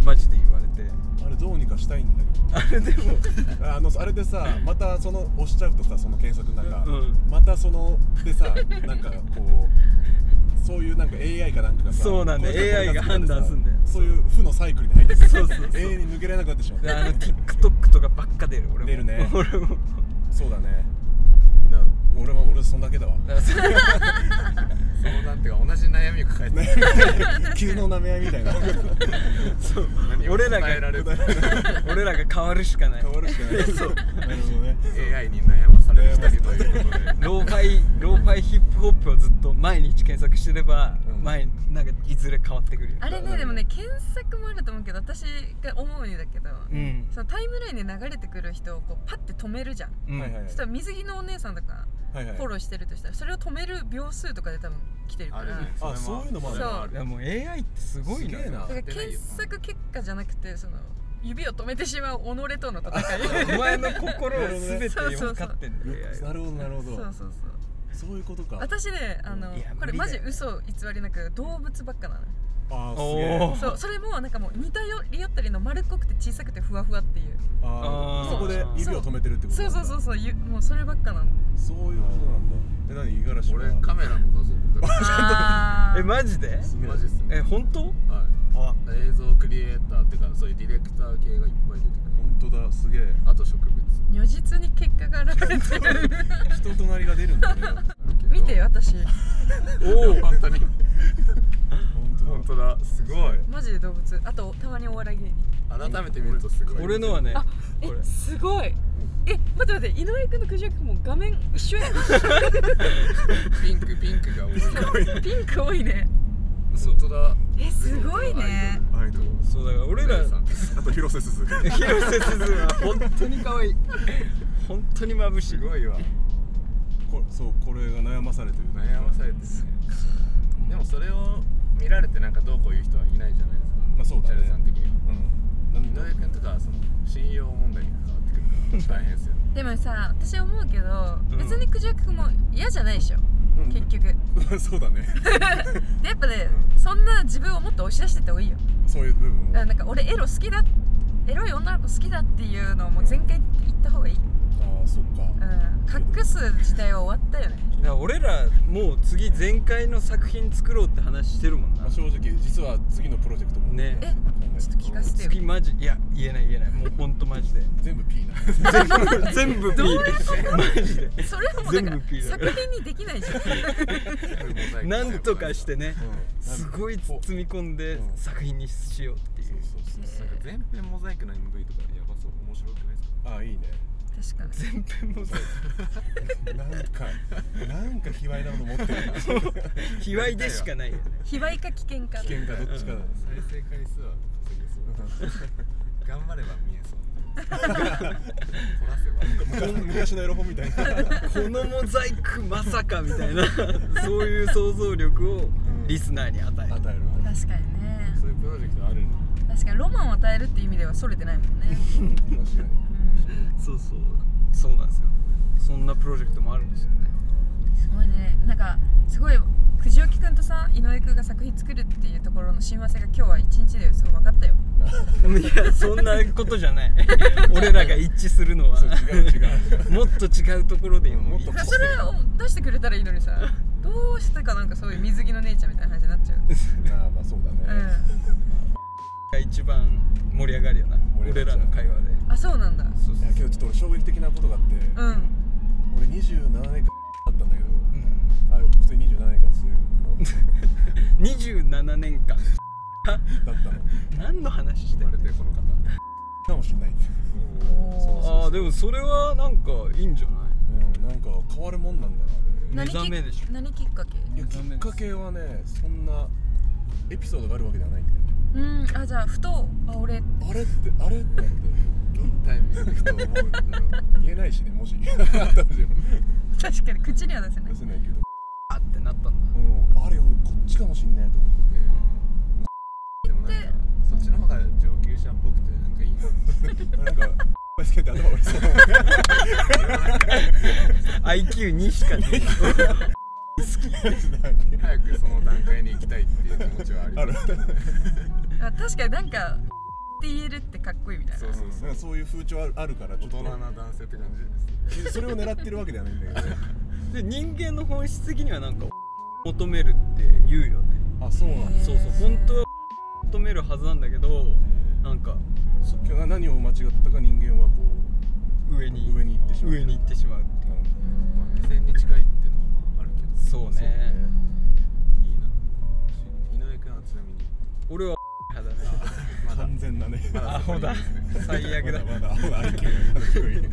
S4: とマジで言われて
S5: あれどうにかしたいんだ
S4: あれでも
S5: けどあのあれでさまたその押しちゃうとさその検索の中、
S4: うん
S5: またそのでさなんかこうそういうなんか AI かなんかがさ
S4: そうなんだよ
S5: これだ
S4: AI が判断すんだよ
S5: そういう負のサイクルに入ってくる
S4: そうそうそう
S5: 永遠に抜けられなくなってしまう
S4: であの TikTok とかばっか出る俺も
S5: 出るね
S4: 俺も
S5: そうだねな俺も俺そんだ けだわ
S4: だ から
S1: 相談っていうか同じ悩みを抱えてる
S5: 急の舐め合いみたいな
S4: そう
S1: 何を
S4: 俺ら
S1: 答え
S4: が
S1: られる
S4: 俺らが変わるしかない
S5: 変わるしかない
S4: そう
S5: なるほどね
S1: AI に悩まされる2人ということで
S4: ローファイローファイヒップホップをずっと毎日検索してれば、
S5: うん
S4: 前なんかいずれ変わってくるよ
S2: あれねでもね検索もあると思うけど私が思うにだけど、
S4: うん、
S2: そのタイムラインで流れてくる人をこうパッて止めるじゃん、
S4: うん
S5: はいはい
S2: そしたら水着のお姉さんとか
S5: はいはい
S2: フォローしてるとしたらそれを止める秒数とかで多分来てるか
S1: あ
S2: ら
S1: る
S2: だ
S1: ね
S5: あ
S1: れも
S5: そういうのもある
S1: それ
S4: いやもう AI ってすご
S5: す
S4: いな
S5: げえ
S2: か
S5: な
S2: ら検索結果じゃなくてその指を止めてしまう己との戦い
S4: お前の心を 全て分かってんだよ AI
S5: なるほどなるほ
S2: そう
S5: ど
S2: そうそう
S5: そういうことか
S2: 私ねあの
S4: いや
S2: これ
S4: 無理だよ
S2: マジ嘘偽りなく動物ばっかなの
S5: あーすげえ
S4: おお
S2: そうそれもなんかもう似たよりよったりの丸っこくて小さくてふわふわっていう
S5: あ
S4: あー
S5: ーそこで指を止めてるってこと
S2: そ
S5: なん
S2: う
S5: だ
S2: そうそうそうゆもうそればっかなの
S5: そういうことなんだえ何五十嵐は
S1: 俺カメラの画像撮って
S2: あー
S4: えマジで
S5: げえ
S1: るマジっすね
S4: え本当
S1: はい
S5: あ
S1: 映像クリエイターっていうかそういうディレクター系がいっぱい出てく
S5: 本
S1: る
S5: 当だすげえ
S1: あと植物
S2: 如実に結果が現れてる
S5: 人となりが出るんだ ね
S2: 見て私
S1: おお本当に
S5: 本当だ
S1: 本当だすごい
S2: マジで動物あとたまにお笑い芸人
S1: 改めて見るとすごい
S4: 俺のはね
S2: あ
S4: これ
S2: えすごいえ待って待って井上君とくじ君も画面一緒やん
S1: ピンクピンクが多い
S2: ピンク多いね
S1: 本当だ
S2: えすごいね
S5: アイドル
S4: そうだから俺ら
S1: 皆さん
S5: あと広瀬すず
S4: 広瀬すずは本当に可愛い本当に眩しい
S1: すごいわ
S5: こそうこれが悩まされてる
S1: 悩まされてるねでもそれを見られてなんかどうこういう人はいないじゃないですか
S5: まあそうだね
S1: チャルさん的には
S5: うんなん
S1: 井上君とかはその信用問題に関わってくるから大変 ですよ
S2: でもさ私思うけど
S4: うん
S2: 別にくじ君も嫌じゃないでしょ、
S5: うん
S2: 結局
S5: そうだね
S2: でやっぱね、そんな自分をもっと押し出してった方がいいよ
S5: そういう部分
S2: だ
S5: を
S2: からなんか俺エロ好きだエロい女の子好きだっていうのをもう全開で言った方がいい、
S5: ああそっか
S2: うん、隠す時代は終わったよね
S4: だから俺らもう次全開の作品作ろうって話してるもんな
S5: まあ正直実は次のプロジェクトも
S4: ね
S2: えちょっと聞かせてよ
S4: 次マジいや言えない言えないもう本当マジで
S5: 全部 P な
S4: 全部全部 P マジで
S2: それはもうだから
S4: 全部ピーだ
S2: 作品にできないじゃん
S4: なんとかしてね
S5: うん
S4: すごい包み込んで
S5: うん
S4: 作品にしようっていう
S5: そうそうそう
S1: なんか全編モザイクの MV とかやばそう面白くないですか
S5: ああいいね
S2: 確かに
S4: 全編もさ
S5: なんかなんか卑猥なもの持って るな
S4: 卑猥でしかないよね
S2: 卑猥か危険か
S5: 危険かどっちかだね
S1: 再生回数は稼げそう頑張れば見えそうみた いな凝らせば
S5: 昔昔のエロ本みた いな
S4: このモザイクまさかみたいなそういう想像力をリスナーに与える
S5: 与える
S2: 確かにね
S1: そういうプロジェクトあるの
S2: 確かにロマンを与えるって意味ではそれてないもんね、
S5: 確かに
S2: うん、
S4: そうそうそうなんですよそんなプロジェクトもあるんですよね
S2: すごいねなんかすごい藤置君とさ井上君が作品作るっていうところの親和性が今日は一日ですごい分かったよ
S4: いやそんなことじゃない俺らが一致するのは
S5: そう違う違う
S4: もっと違うところで
S5: うん
S4: もう
S5: もっと
S2: それを出してくれたらいいのにさどうしてかなんかそういう水着の姉ちゃんみたいな話になっちゃう
S5: ああまあそうだね、
S2: う
S4: が一番盛り上がるよな
S5: 盛り
S4: 俺
S5: 上が
S4: ら
S5: っちゃう
S4: の会話で
S2: んあそうなんだ
S4: そう
S5: い
S4: そ
S5: や
S4: う
S5: けどちょっと俺衝撃的なことがあって、
S2: うん
S5: 俺27年間だったんだけど
S4: うん
S5: あ普通に27年間続
S4: 27年間
S5: くのだったの
S4: 何の話して
S1: 生ま
S4: ん
S1: れ
S4: の
S1: てこ の方
S5: かもしんない
S2: おー
S4: ああでもそれはなんかいいんじゃない
S5: うんなんか変わるもんなんだな
S4: 目
S2: 何き
S4: 覚めでしょ
S2: 何きっかけ
S5: いや
S4: 目
S5: き
S4: 覚め
S5: っかけはねそんなエピソードがあるわけではないんだよね
S2: ううんあじゃあふとあ俺
S5: あれってあれってなってどのタイミングでふと思うんだろう言えないしねもし 多分
S2: 確かに口には出せない
S5: 出せないけど
S4: あってなったんだ
S5: うんあれ俺こっちかもしんないと思って
S1: でもなんかそっちの方が上級者っぽくてなんかいいな
S5: なんかつけて頭折りそう
S4: IQ2 しかねえ
S1: 早くその段階に行きたいっていう気持ちはあり
S5: あ
S1: ま
S5: る
S1: す
S2: あ確かになんかって言えるってかっこいいみたいな
S1: そうそうそう
S5: なんかそういう風潮あるあるからちょ
S1: 大
S5: っと
S1: 人な男性って感じです
S5: それを狙ってるわけではないんだけど
S4: で人間の本質的にはなんか求めるって言うよね
S5: あそうなんだ
S2: へー
S4: そうそう本当は求めるはずなんだけどなんか
S5: そっが何を間違ったか人間はこ
S4: 上
S5: う
S4: に
S5: 上に行ってしまう
S4: 上に行ってしまう
S5: なるほど
S1: まあ目線に近いっていうのはまああるけど
S4: そう
S5: そう
S4: ね
S5: ね
S1: いいな井上君はちなみに
S4: 俺は派だ
S1: まだ
S5: 完全なね
S1: まだ
S4: ア
S1: そ
S4: ホ
S1: こに
S4: だ最悪だ
S5: まだまだ IQ が低い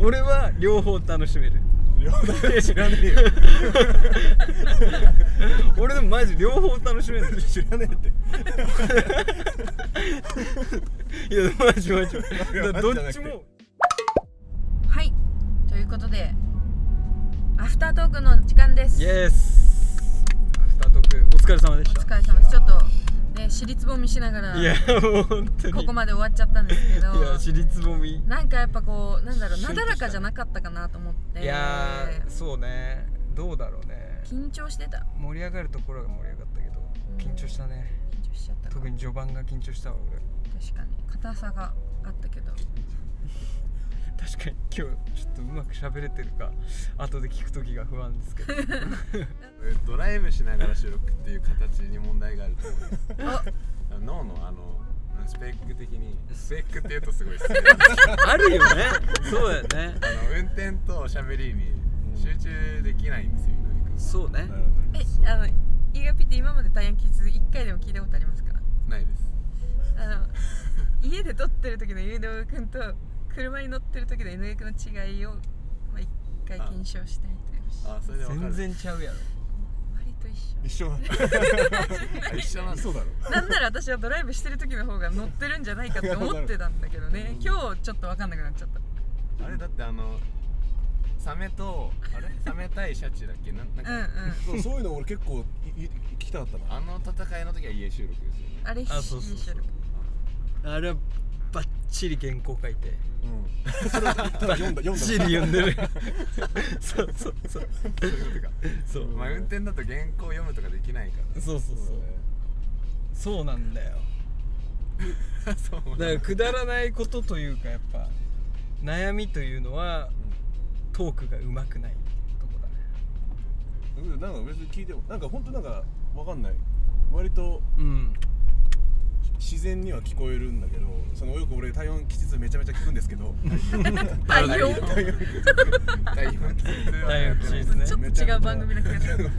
S4: 俺は両方楽しめる
S5: 両方知らねえよ
S4: 俺でもマジ両方楽しめる
S5: 知らねえって
S4: いやマジマジだからどっちも
S2: はいということでアフタートークの時間です
S4: イエスアフタートークお疲れ様で
S2: お
S4: した
S2: 疲れ様ですちょっとね尻つぼみしながら
S4: いやもう本当に
S2: ここまで終わっちゃったんですけど
S4: いや尻つぼみ
S2: なんかやっぱこうなんだろう
S4: シュン
S2: な
S4: とした
S2: だらかじゃなかったかなと思って
S4: いやーそうねどうだろうね
S2: 緊張してた
S4: 盛り上がるところが盛り上がったけど緊張したね
S2: 緊張しちゃったか
S4: 特に序盤が緊張したわ俺
S2: 確かに硬さがあった けど
S4: 確かに今日ちょっとうまく喋れてるか後で聞く時が不安ですけ ど
S1: ドライブしながら収録っていう形に問題があると思います
S2: あ
S1: 脳のあのスペック的にスペックって言うとすごい失礼
S4: あるよねそうだよね
S1: あの運転としゃべりに集中できないんですよ井上君
S4: そうね
S5: なるほど
S2: えあのイガピって今まで大変傷一回でも聞いたことありますか
S1: ないです
S2: あの家で撮ってる時のゆうのくんと車に乗ってる時の井上くんの違いを、まあ、一回検証してみて
S1: あそれでわかる
S4: 全然ちゃうやろ
S2: 割と一緒
S5: 一緒なんだ
S1: 一緒なんだ
S5: 嘘だろ
S2: なんなら私はドライブしてる時の方が乗ってるんじゃないかって思ってたんだけどね今日ちょっと分かんなくなっちゃった
S1: あれだってあのサメとあれサメ対シャチだっけなんなん
S2: うんう
S1: か、
S2: ん
S5: そうそういうの俺結構いい聞きたかったな
S1: あの戦いの時は家収録で すよね
S2: あれ
S4: あそうそうそう
S2: 一緒
S4: あれはバッチリ原稿書いて
S5: うんそれをただ読んだ読んだ
S4: バッチリ読んでる そうそうそう
S1: そういうことか
S4: そう
S1: まあ運転だと原稿読むとかできないか
S4: そうそうそうそうなんだよ
S1: らそう
S4: だからくだらないことというかやっぱ悩みというのはトークがうまくないっていうとこだね
S5: うんなんか別に聞いてもなんか本当なんかわかんない割と
S4: うん
S5: 自然には聞こえるんだけどそのよく俺体温気質めちゃめちゃ聞くんですけど
S2: 太陽
S1: 対応きつい
S4: 大学シーズンね
S2: ちょっと違う番組な気がする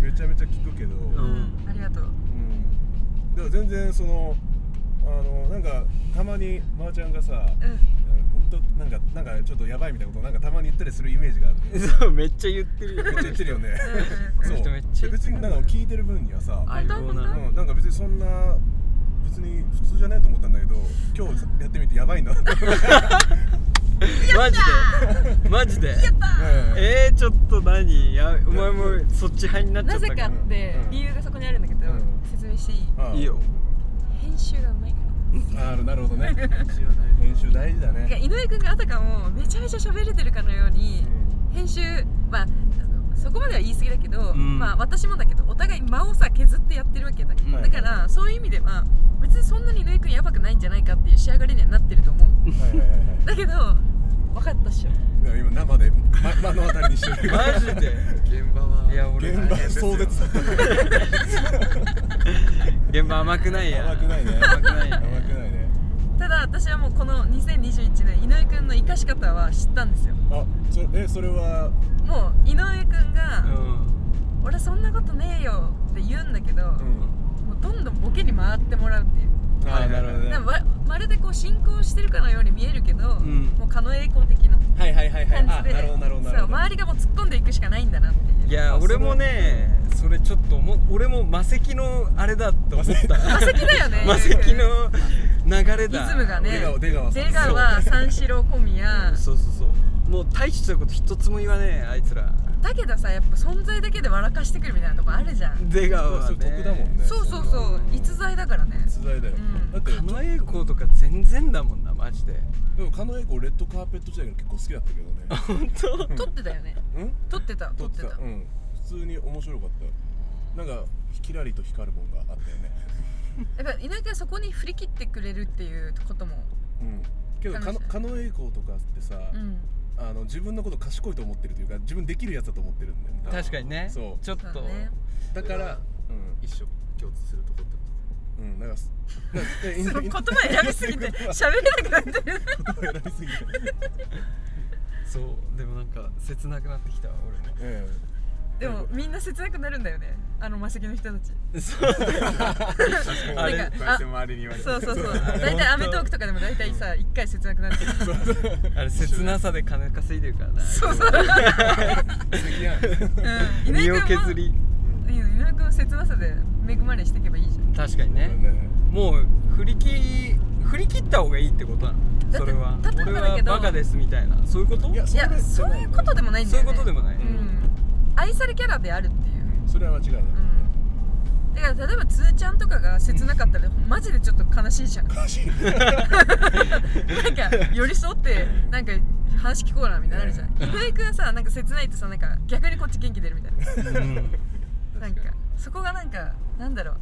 S5: めちゃめちゃ聞くけど、うん
S4: ん
S2: うんありがとう
S5: でも全然そのあのなんかたまにまーちゃんがさ、
S2: う
S5: うん
S2: ん
S5: 本当なんかなんかちょっとやばいみたいなことなんかたまに言ったりするイメージがあるめっ
S4: そうめっちゃ言っ てるよ
S5: ちゃ言ってるよね
S4: こ
S5: そ
S4: の
S5: う
S4: 人めっちゃ
S5: 別になんか聞いてる分にはさ
S2: あれどういうこと
S4: 相棒
S5: うん、なんか別にそんな別に普通じゃないと思ったんだけど今日やってみてやばいなって
S4: マジでマジで えー、ちょっと何やお前もそっち派になっち
S2: な
S4: ゃった
S2: ぜ
S4: か
S2: かって
S5: うん
S2: 理由がそこにあるんだけど
S5: うん
S2: 説明していい
S4: いいよ
S2: 編集がうまいから
S5: あーなるほどね編集大事だ
S2: なんか
S5: ね
S2: 井上くんがあたかもめちゃめちゃ喋れてるかのように編集まあそこまでは言い過ぎだけど、
S4: ん
S2: まあ私もだけどお互い間をさ削ってやってるわけだ,、
S4: ん
S2: だからそういう意味では別にそんなに井上くんやばくないんじゃないかっていう仕上がりにはなってると思う
S5: はいはいはいはい
S2: だけど分かったっしょ
S5: でも今生で、ま、目の当たりにしてる
S4: マジで
S1: 現場はい
S4: や俺
S5: 現場壮絶だった
S4: 現場甘くないや
S5: 甘くないね
S4: 甘くない
S5: 甘
S4: ね
S5: くないね
S2: ただ私はもうこの2021年井上くんの生かし方は知ったんですよ
S5: あそれえそれは
S2: もう井上くんが「
S4: う
S2: 俺そんなことねえよ」って言うんだけど、
S5: ん
S2: もうどんどんボケに回ってもらうっていう
S5: あーなるほどね
S2: なんかわまるでこう進行してるかのように見えるけど、
S4: ん
S2: もう狩野英孝的な
S5: はいはいはいはい
S2: 感
S5: あ
S2: じで
S5: なるほどなるほどな
S2: そう
S5: るほど
S2: 周りがもう突っ込んでいくしかないんだなっていう
S4: いや
S5: あ
S4: 俺もねそれちょっとも俺も魔石のあれだと思った
S2: 魔石だ よね
S4: 魔石の流れだ
S2: リズムがね
S5: 出川出川さん
S2: 出川三四郎小宮
S4: そうそうそうもう大したこと一つも言わねえあいつら
S2: だけどさやっぱ存在だけで笑かしてくるみたいなとこあるじゃん
S4: 出川は
S5: それ
S4: ね
S5: 得だもんね
S2: そうそうそう逸材だからね
S5: 逸材だよ、
S2: うん
S5: だって
S4: 狩野英孝とか全然だもんなマジで
S5: でも狩野英孝レッドカーペット時代から結構好きだったけどね
S4: 本 当
S2: 撮ってたよね
S5: うん
S2: 撮ってた撮ってた
S5: うん普通に面白かったなんかキラリと光るもんがあったよね
S2: やっぱ田舎はそこに振り切ってくれるっていうことも
S5: うんけど
S2: 楽しい
S5: 狩野狩野英孝とかってさ、
S2: うん
S5: あの自分のこと賢いと思ってるというか自分できるやつだと思ってるんだよね
S4: 確かにね
S5: そう
S4: ちょっ
S2: そう
S4: と
S2: だ ね
S5: だからうん
S1: 一緒共通するとこってこ
S5: うん なんかすなんかえイン
S2: そ
S5: ド
S2: の
S5: イ
S2: 言
S5: ンド
S2: 葉選びすぎて喋れなくなってる
S5: 言葉選びすぎ て
S4: そうでもなんか切なくなってきたわ 俺も
S5: え
S2: でもみんな切なくなるんだよねあの魔石の人たち
S4: そうあれ
S1: とこうやって周りに言われて
S2: そうそうそう大体『アメトーーク』とかでも大体さ一回切なくなってる
S4: あれ切なさで金稼いでるからな
S2: そうそう
S5: え素敵やん
S2: うん
S4: 身
S2: 井
S4: を
S2: 上君も
S4: 削り
S2: うん井上君は切なさで恵まれしていけばいいじゃん
S4: 確かにね
S5: ね
S4: もう振り切振り切った方がいいってことなの
S2: だって
S4: それは
S2: 例えばだけ
S4: 俺
S2: ど
S4: はバカですみたいなそういうこと
S5: いや
S2: い
S5: そ
S2: や
S5: れじゃ
S2: そう
S5: ない
S2: いうことでもないんだよね
S4: そういうことでもない
S2: うん愛されキャラであるっていう
S5: それは間違いない、
S2: うんだから例えばつーちゃんとかが切なかったらマジでちょっと悲しいじゃん
S5: 悲しい
S2: なんか寄り添ってなんか話聞こうなみたいになるじゃん井上君はさなんか切ないとさなんか逆にこっち元気出るみたいな
S4: うん
S2: なんかそこがなんかなんだろう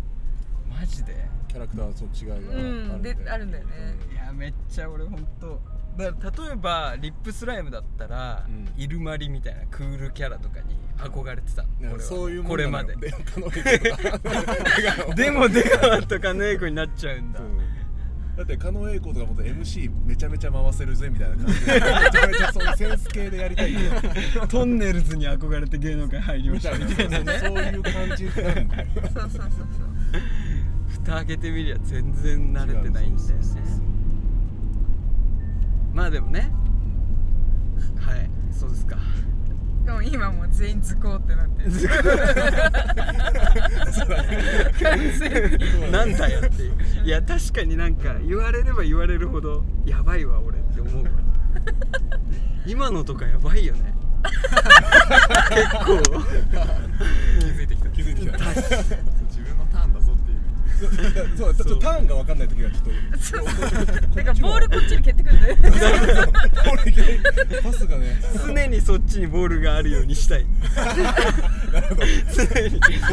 S4: マジで
S5: キャラクターのその違いがある
S2: うんであるんだよね
S4: いやめっちゃ俺ほんとだから例えばリップスライムだったら、
S5: うん
S4: イルマリみたいなクールキャラとかに憧れてたの、
S5: ね
S4: 俺は
S5: そういうもん
S4: これ まで
S5: なのよ狩野英孝とか
S4: でも出川とかの英子になっちゃうんだ、
S5: だって狩野英孝とかもっと MC めちゃめちゃ回せるぜみたいな感じでめちゃめちゃそのセンス系でやりたいよ
S4: トンネルズに憧れて芸能界入り
S5: みたいなそういう感じなんだよ
S2: そうそうそうそう
S4: 蓋開けてみりゃ全然慣れてないんだよね
S5: そうそうそう
S4: まあでもねはいそうで すか
S2: でも今もう全員図工ってなってる完全に
S4: なんだよっていういや確かになんか言われれば言われるほどやばいわ俺って思うわ今のとかやばい よね結構
S1: 気づいてきた
S5: 気づいてきた
S1: 自分のターンだぞっていう
S5: そうちょっとターンが分かんない時はちょっと
S2: そうそうだからボールこっちに蹴ってくるんだよね
S5: これいきなりパスがね
S4: 常にそっちにボールがあるようにしたい常に
S5: ボ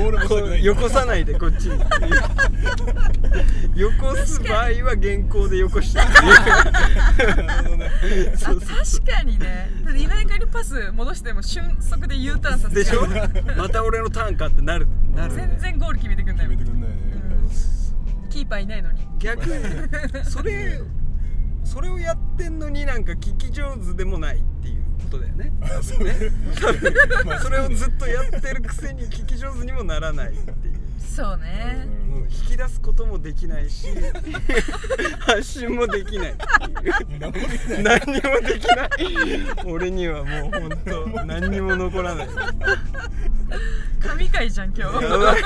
S5: ールも
S4: こ
S5: したくな
S4: う
S5: い
S4: よこさないでこっち にっていうよこす場合は原稿でよこしてって
S5: なるほどね
S4: いう
S2: あ
S4: そうそう
S2: 確かにねだっていないかにパス戻しても瞬足で U ターンさせ
S4: で
S2: て
S4: しょまた俺のターンかってなるなるんだよ
S2: 全然ゴール決めてくんない
S5: 決
S2: もん
S5: めてくんないね
S2: キーパーいないのに
S4: 逆 にそれそれをやってんのになんか聞き上手でもないっていうことだよ ね多分ね
S5: まあ
S4: それをずっとやってるくせに聞き上手にもならないっていう
S2: そうね
S4: もう引き出すこともできない し発信もできないっていう
S5: 何もで きない
S4: 何にもできない俺にはもうほんと何にも残らない
S2: 神回じゃん今日
S4: やばい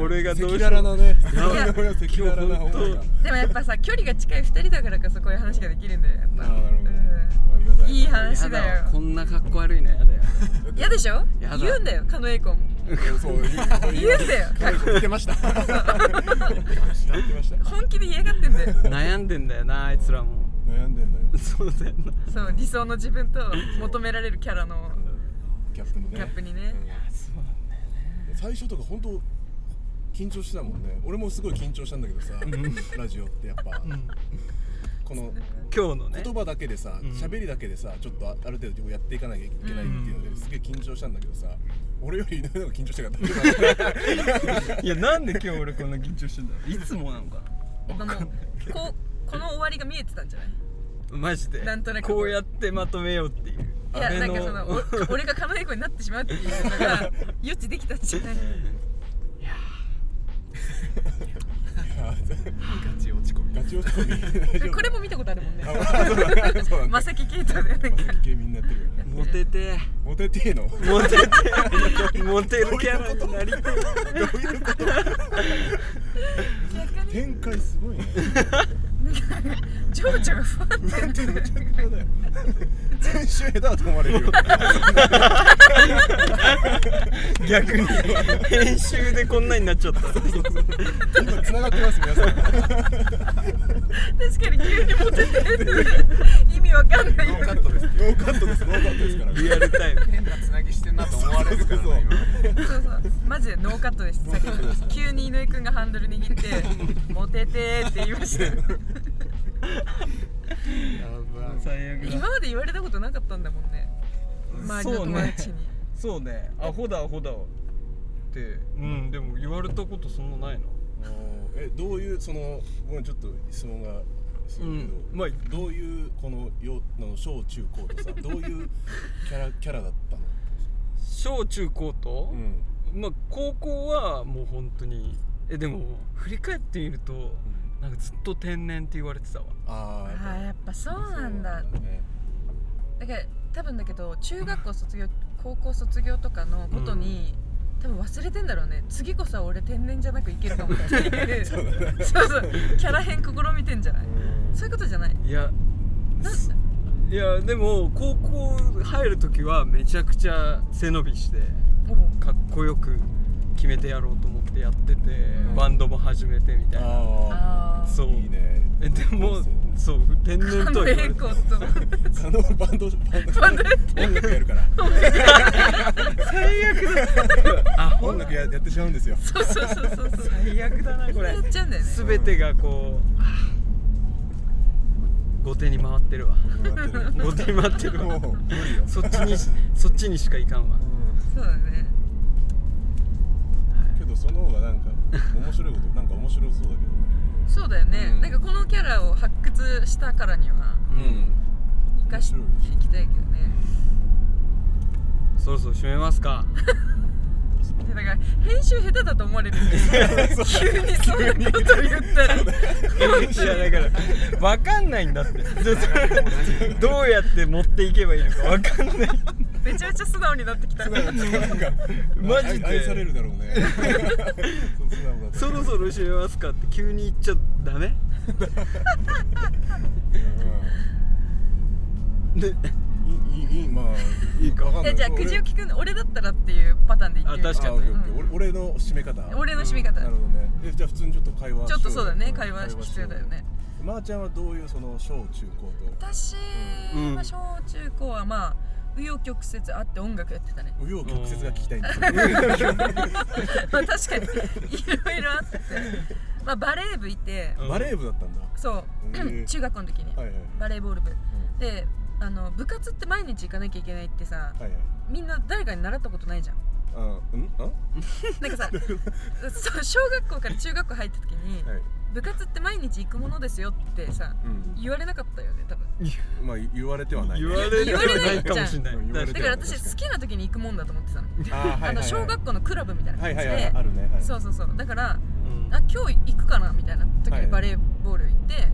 S4: 俺がど
S5: 赤
S4: うし
S5: 裸々なね
S4: やばい
S5: 俺の赤裸々な思いが
S2: でもやっぱさ距離が近い2人だからこそこういう話ができるんだよやっぱ
S5: あーなるほ
S2: う
S5: どありがたい
S2: んいい
S5: ね
S2: 話だ
S4: やだわこ
S2: よ
S4: んな格好悪いのやだよ
S2: 嫌でしょ
S4: やだ
S2: 言うんだよ狩野英孝も
S5: そう
S2: 言うんだよ
S5: 見てました見てました
S2: 本気で嫌がってんだよ
S4: 悩んでんだよなあいつら も
S5: 悩んでんだよ
S4: そうだよな
S2: そう理想の自分と求められるキャラの
S5: キャップにね
S2: ギャップにね
S5: 最初とか本当緊張してたもんね俺もすごい緊張したんだけどさラジオってやっぱ、この
S4: 今日のね
S5: 言葉だけでさ
S4: うん
S5: 喋、りだけでさちょっとあある程度やっていかなきゃいけないっていうのですげえ緊張したんだけどさ俺より井上の方が緊張してかった
S4: いやなんで今日俺こんな緊張してんだろういつもなのか
S2: やっぱもうこうこの終わりが見えてたんじゃない
S4: なマジで
S2: なんとなく
S4: こうやってまとめようっていう
S2: いやなんかそ の お俺が狩野英孝になってしまうっていうのが予知できたんじゃない
S5: いや
S1: ガチ落ち込み
S5: ガチ落ち込み大丈夫
S2: これも見たことあるもんね
S5: あそうなんだそうなんだ
S2: マサキ系統で
S5: マセキ系みんなやってるからね
S4: モテて
S5: モテてえの
S4: モテてモテるキャラになりて
S5: どういうこと
S2: 逆に
S5: 展開すごいね
S2: 情緒が不安定
S5: なんてめちゃくちゃだ よ全週下手だと思われるよ
S4: え逆に編集でこんなになっちゃった
S5: 今繋がってます皆さん
S2: 確かに急にモテてる意味わかんない
S1: ノーカットです
S5: ノーカットですノーカットですから
S4: リアルタイム
S1: 変なつなぎしてんなと思われるから
S5: そうそう
S1: ね
S2: そうそうマジでノーカットですさっきの急に井上くんがハンドル握って「モテて」って言いました
S4: 最悪だ
S2: 今まで言われたことなかったんだもんね周りの
S4: そ
S2: 友
S4: うね
S2: 達に、
S4: そうねアホだアホだってうんでも言われたことそんなないな
S5: おーえどういうそのごめんちょっと質問がするけど、
S4: うんまあ
S5: どういうこのよの小中高とさどういうキャラキャラだったの？
S4: 小中高と、
S5: うん
S4: まあ高校はもう本当にえでも振り返ってみるとなんかずっと天然って言われてたわ
S5: あ
S2: ああ
S5: ー
S2: やっぱそうなんだ
S5: そうね
S2: だから多分だけど中学校卒業高校卒業とかのことに、多分忘れてんだろうね次こそは俺天然じゃなくいけるかもっていうそうそうキャラ変試みてんじゃないそういうことじゃない
S4: いや
S2: ない
S4: やでも高校入る時はめちゃくちゃ背伸びして
S2: も
S4: かっこよく決めてやろうと思ってやってて、
S2: ん
S4: バンドも始めてみたいな
S2: う
S5: あ
S2: あ
S4: そう
S5: ーいいね。
S4: えでも そう天然
S2: あ
S4: とは言わ
S2: 英
S4: れ
S2: 子
S4: て
S2: と
S5: あのバンドバンド
S2: バンドや
S5: 音楽やるから
S4: 最悪だアホ
S5: 音
S4: な
S5: 楽ややってしまうんですよ。
S2: そうそうそうそうそう
S4: 最悪だなこれ
S2: やっちゃうんだよね
S4: 全てがこ うあー後手に回ってるわ後手に回ってる
S5: も
S4: わ
S5: う無理よ。
S4: そっちにそっちにしかいかんわ
S2: そうだね
S5: けどその方がなんか面白いことなんか面白そうだけどね。
S2: そうだよね、
S5: うん
S2: なんかこのキャラを発掘したからには
S5: うん。
S2: 生かしていきたいけどね
S4: そろそろ締めますか
S2: でだから編集下手だと思われるんですよ急にそんなこと言ったら
S4: いやだからわかんないん だってどうやって持っていけばいいのかわかんない
S2: めちゃめちゃ素直になってきた
S5: なんか
S4: マジで
S5: 愛愛されるだろう ね。そう素直だと
S4: そろそろ締めますかって急に言っちゃダメで
S5: うんいいいいまあいいかわかんな
S2: え
S5: い。
S2: じゃあくじを聞くの俺だったらっていうパターンで言ってみ
S4: あ
S2: る
S4: 確か
S5: あ
S4: に
S5: オッケーオッケー
S2: う
S5: 俺俺の締め方。
S2: 俺の締め方、
S5: なるほどね。えじゃあ普通にちょっと会話し
S2: ちょ
S5: よ
S2: っ
S5: う。
S2: とそうだね
S5: ん
S2: 会話必要だよ。ね
S5: まーちゃんはどういうその小中高と
S2: 私
S4: うん
S2: は小中高はまあ紆余曲折あって音楽やってたね
S5: 紆余曲折が聞きたいんですよ。
S2: まあ確かにいろいろあってまあバレー部いて
S4: うん
S5: バレー部だったんだ。は
S2: そう
S5: へー
S2: 中学校の時に
S5: いはい
S2: バレーボール部であの部活って毎日行かなきゃいけないってさ
S5: はいはい。
S2: みんな誰かに習ったことないじゃん
S5: あうんあ
S2: なんかさそう小学校から中学校入った時に、
S5: はい。
S2: 部活って毎日行くものですよってさ
S5: うん。
S2: 言われなかったよね多分
S5: まあ言われてはないね。
S4: 言われてはないかもしれない
S5: 言わ
S2: だ
S5: れて
S2: から
S5: はない
S2: 私好きな時に行くもんだと思ってたの,、
S5: あーはいはいはい
S2: あの小学校のクラブみたいな感
S5: は
S2: じ
S5: い
S2: で、
S5: はいはいあるね。はい。
S2: そうそうそうだから
S4: うん
S2: あ今日行くかなみたいな時
S5: は
S2: に
S5: い
S2: バレーボール行って、
S5: う
S2: ま
S5: ん。
S2: あ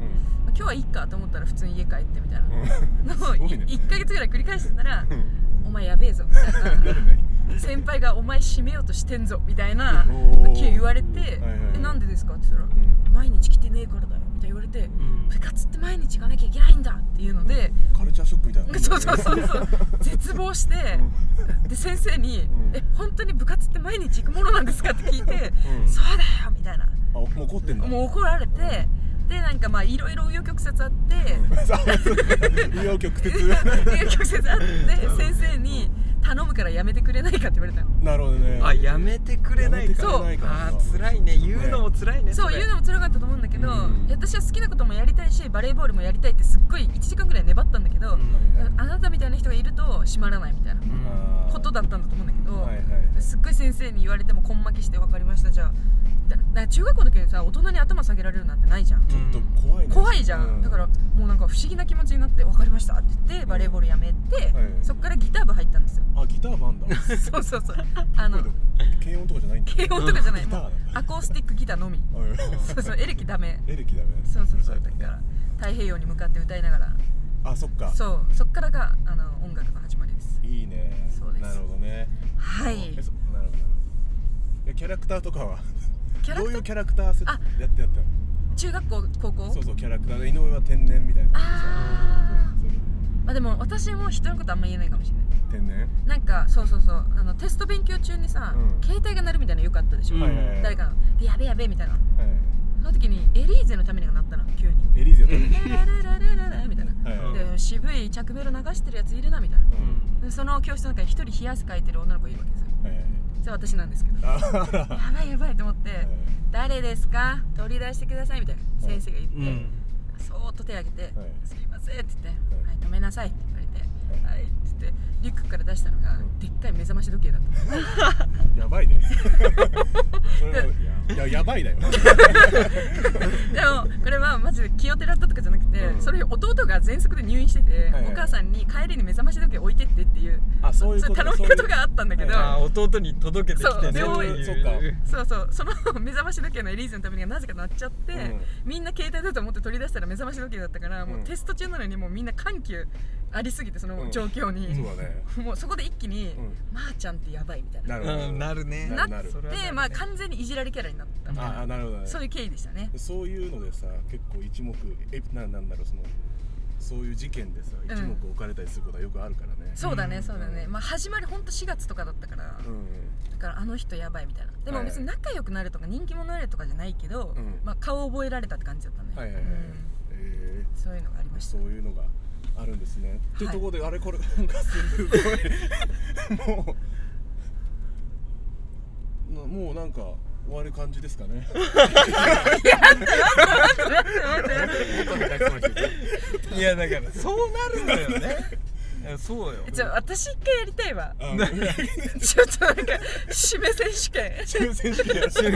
S2: 今日はいいかと思ったら普通に家帰ってみたいなのを
S5: すごいね
S2: 1ヶ月ぐらい繰り返してたら「お前やべ えぞ」みたいな
S5: なるね。
S2: 先輩が「お前締めようとしてんぞ」みたいな
S5: おー
S2: 急に言われて
S5: はいはいは
S2: 「
S5: い
S2: えなんでですか?」って言ったら
S5: うん。
S2: 「毎日来てねえからだよ」みたいな言われて「部活って毎日行かなきゃいけないんだ」っていうので
S5: カルチャーショックみたい な。
S2: そうそうそうそう絶望してで先生に
S5: う
S2: 「
S5: ん
S2: え本当に部活って毎日行くものなんですか?」って聞いて「
S5: ん
S2: そうだよ」みたいな
S5: あもう怒ってんだ。
S2: もう怒られてでなんかまあいろいろ紆余曲折あって。
S5: 紆余曲折。
S2: 紆余曲折あって先生に「頼むからやめてくれないか」って言われたの
S5: なるほどね。
S4: あやめてくれないか
S5: やめてくれないから
S4: あー辛いね言うのも辛いね
S2: そう
S4: れ
S2: 言うのも辛かったと思うんだけど、
S5: うん
S2: 私は好きなこともやりたいしバレーボールもやりたいってすっごい1時間ぐらい粘ったんだけど、
S4: うん
S2: あなたみたいな人がいると閉まらないみたいな
S4: うん
S5: あー
S2: ことことだったんだと思うんだけど、
S5: はいはい
S2: すっごい先生に言われても根負けして分かりましたじゃあみたいななんか中学校の時にさ大人に頭下げられるなんてないじゃん
S5: ちょっと怖いね
S2: 怖いじゃん、
S5: う
S2: だからもうなんか不思議な気持ちになって「分かりました」って言ってバレーボールやめて、
S5: はい
S2: そっからギター部入ったんですよ
S5: あギターバ ンだ
S2: そうそうそうあの
S5: 軽音とかじゃないんだ
S2: 軽音とかじゃない
S5: ギタ
S2: も
S5: ー
S2: うアコースティックギターのみ
S5: はい
S2: そうそうエレキダメ
S5: エレキダメ
S2: そうそうそう
S5: るさ
S2: だ
S5: い
S2: から太平洋に向かって歌いながら
S5: あそっか
S2: そうそっからがあの音楽の始まりです
S5: いいね
S2: そうです
S5: なるほどね
S2: はい
S5: えそなるほどいやキャラクターとかは
S2: キャラ
S5: どう
S2: クタ
S5: いう
S2: ー
S5: キャラクターせやっ
S2: あ
S5: てやって
S2: 中学校高
S5: た
S2: 校
S5: のそうそうキャラクターで井上は天然みたいな感
S2: あ
S5: じでさ
S2: あでも私も人のことあんま言えないかもしれない
S5: そう天然
S2: なんかそうそうそうあのテスト勉強中にさ、
S5: うん
S2: 携帯が鳴るみたいなのよくあったでしょ、
S4: うん
S5: はいはいはい
S2: 誰かの「でやべやべ」みたいな
S5: はい
S2: その時にエリーゼのためにが鳴ったの急に
S5: エリーゼを食
S2: 「
S5: べて
S2: ラララララララ」みたいな
S5: はいはい
S2: で渋い着メロ流してるやついるなみたいな
S5: うん
S2: でその教室の中に一人冷や汗かいてる女の子いるわけですよ
S5: はいはい
S2: それ私なんですけど
S5: ああ
S2: やば
S5: ら
S2: いやばいと思って「誰ですか取り出してください」みたいな先生が言って、
S4: うん
S2: そーっと手挙げて
S5: はい
S2: 「すいません」って言って「
S5: い
S2: はい止めなさい」って言われて「はい」って言ってリュックから出したのがでっかい目覚まし時計だ った
S5: やばいねそれもいややばいだよ
S2: でもこれはマジで気をてらったとかじゃなくて、
S5: うん
S2: それ弟が喘息で入院してて、
S5: はいはい
S2: お母さんに帰りに目覚まし時計置いてってっていう
S5: あそういうこと
S2: 頼み
S5: そう
S2: 方
S5: いう
S2: があったんだけど、
S4: あー弟に届けてきてね
S2: そう
S4: っていう
S5: そういう
S2: そうそうその目覚まし時計のエリーゼのためになぜか鳴っちゃって、
S5: うん
S2: みんな携帯だと思って取り出したら目覚まし時計だったから、もううんテスト中なのにもうみんな緩急ありすぎてその状況に、
S5: そうだね
S2: もうそこで一気に、
S5: うん
S2: まーちゃんってやばいみたいな
S5: なるほど
S4: うんなるね
S5: な
S2: な
S5: るなる
S2: って
S4: それはなるね
S2: まあ完全にいじられキャラになったみたい
S5: あ
S2: な
S5: あなるほどね
S2: そういう経緯でしたね
S5: そういうのでさ結構一目えななんだろうそのそういう事件でさ
S2: ん
S5: 一目置かれたりすることはよくあるからね、
S2: そうだね、
S4: うん
S2: そうだねまあ始まりほんと4月とかだったから、
S5: うん
S2: だからあの人やばいみたいなでも
S5: はいはい
S2: 別に仲良くなるとか人気者になれるとかじゃないけど、
S5: うん
S2: まあ顔覚えられたって感じだったね、
S5: はいはいはい、
S2: うん
S5: え
S2: そういうのがありま
S5: ー、
S2: した
S5: そういうのがあるんですね、って
S2: はい
S5: ところであれこれなんかすごいもう なもうなんか終わる感じですかね
S4: いやだからそうなるんだよねいやそうよ
S2: えちょ私一回やりたい わ
S5: あ
S2: ちょっとなんか締め選手権
S5: 全然知ら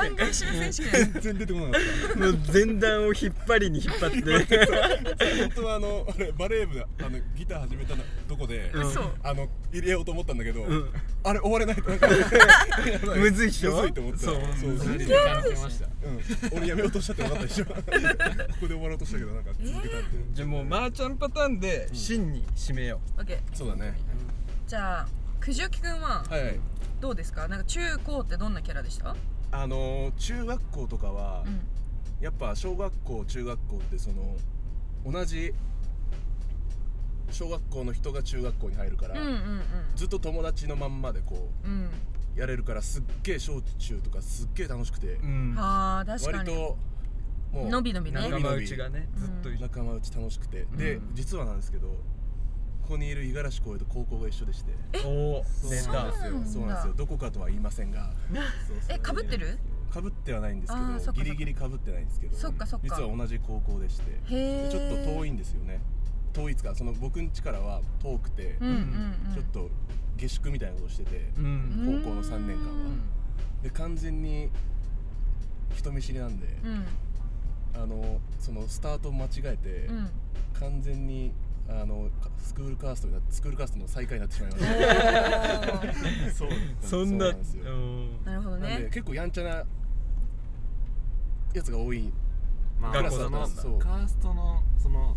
S5: ない
S2: 番外締め選手権
S5: 全然出てこなかっ
S4: もう前段を引っ張りに引っ張って
S5: た本当はあのあれバレー部だあのギター始めたのどこで、
S4: うん
S2: そう
S5: あの入れようと思ったんだけど、
S4: ん
S5: あれ終われないとなんか
S4: むずいっしょ
S5: むずいと思った
S4: そう
S5: そう
S4: む
S5: ず
S4: ず
S5: い
S4: い
S5: うん、俺やめようとしたって分かったでしょ ここで終わろうとしたけどなんか続けたって、
S4: じゃあもうまーちゃんパターンで真に締めよ
S2: OK
S5: そうだね
S2: じゃあくじゅきくんは
S5: はい、はい、
S2: どうですかなんか中高ってどんなキャラでした
S5: あのー中学校とかは、
S2: うん
S5: やっぱ小学校中学校ってその同じ小学校の人が中学校に入るから、
S2: うんうん
S5: ずっと友達のまんまでこ
S2: うん
S5: うやれるからすっげえ小中とかすっげえ楽しくて、
S4: うう
S2: うんんはあ確か
S5: 割
S2: に
S5: ともう
S2: のびのびね
S5: 伸
S4: 仲
S5: び
S4: 間
S5: 伸び
S4: 内がねずっと一緒
S5: 仲間内楽しくて、で
S4: うん
S5: 実はなんですけどここにいる五十嵐公園と高校が一緒でして
S4: おお出
S5: そうなん
S4: た
S5: ですよ
S2: そ
S5: そうう
S2: なんだ
S5: なんですよどこかとは言いませんが
S2: えかぶってる
S5: かぶってはないんですけ
S2: あーそっかそ
S5: ど
S2: っか
S5: ギリギリかぶってないんですけど
S2: そっかそっか
S5: 実は同じ高校でして
S2: へえ
S5: でちょっと遠いんですよね遠いっつうかその僕ん家からは遠くて、
S2: うんうんうん
S5: ちょっと下宿みたいなことしてて、
S2: う
S4: う
S2: んん
S5: 高校の3年間は、で完全に人見知りなんで、
S2: うん
S5: あのそのスタートを間違えて、
S2: うん
S5: 完全にあのかスクールカーストになスクールカーストの最下位になってしまいまし
S2: おー
S5: たそう
S4: そんな
S5: うですよ
S4: うん
S2: なるほど
S5: なんで
S2: ね。
S5: 結構やんちゃなやつが多い
S1: まあ、
S4: 学校だ
S1: その
S5: ったんだそう
S1: カーストのその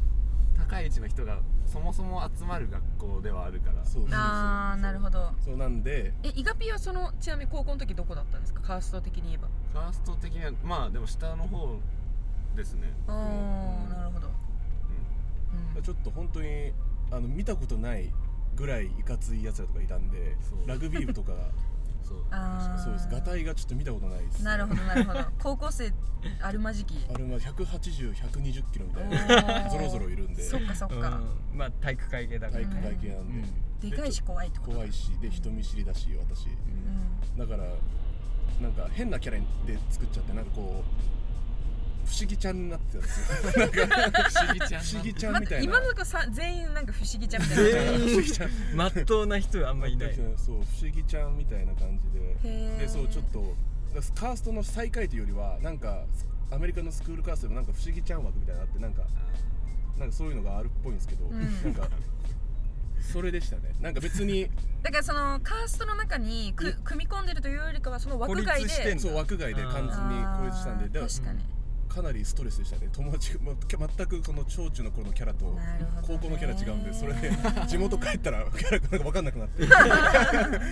S1: 高い位置の人がそもそも集まる学校ではあるから
S5: そうそうそう
S2: あーなるほど。
S5: そうなんで
S2: えイガピーはそのちなみに高校の時どこだったんですかカースト的に言えば。
S1: カースト的にはまあでも下の方ですね、
S2: おーなるほど。うん
S5: ちょっと本当にあの見たことないぐらいいかついやつらとかいたんで
S1: そう
S5: ラグビー部と か
S1: うん、そう
S2: あー
S5: そうですガタイがちょっと見たことないです
S2: なるほどなるほ ど。高校生あるまじき。
S5: あれま180120キロみたい
S2: お
S5: な
S2: ー
S5: ゾロゾロいるんで
S2: そっかそっ
S4: うん
S2: か。
S4: まあ体育会系だから
S5: 体
S4: ね
S5: 育会系なんで、
S2: でかいし怖いってこと。
S5: 怖いしで人見知りだし私、
S2: うん。
S5: だからなんか変なキャラで作っちゃってなんかこう不思議ちゃんになってたんですよ
S3: 不思議ちゃん
S5: 不思議ちゃん
S2: ま
S5: みたいな
S2: 今の子さ全員なんか不思議ちゃんみたいな へ
S4: 全員まっとうな人はあんまいない
S5: そう不思議ちゃんみたいな感じで
S2: え
S5: でそうちょっとだからカーストの最下位というよりはなんかアメリカのスクールカーストでもなんか不思議ちゃん枠みたいなのあってなんかなんかそういうのがあるっぽいんですけど、
S2: ん
S5: なんかそれでしたねなんか別に
S2: だからそのカーストの中にく組み込んでるというよりかはその 枠
S4: 孤
S2: 外
S4: 立して
S2: で
S4: んの
S5: そう枠外で完全に孤立したんでだ
S2: あ
S5: か
S2: ー確かに、
S5: らかなりストレスでしたね友達ま全くその小中の頃のキャラと
S2: なるほど
S5: 高
S2: ね
S5: 校のキャラ違うんでそれ で地元帰ったらキャラなんか分かんなくなって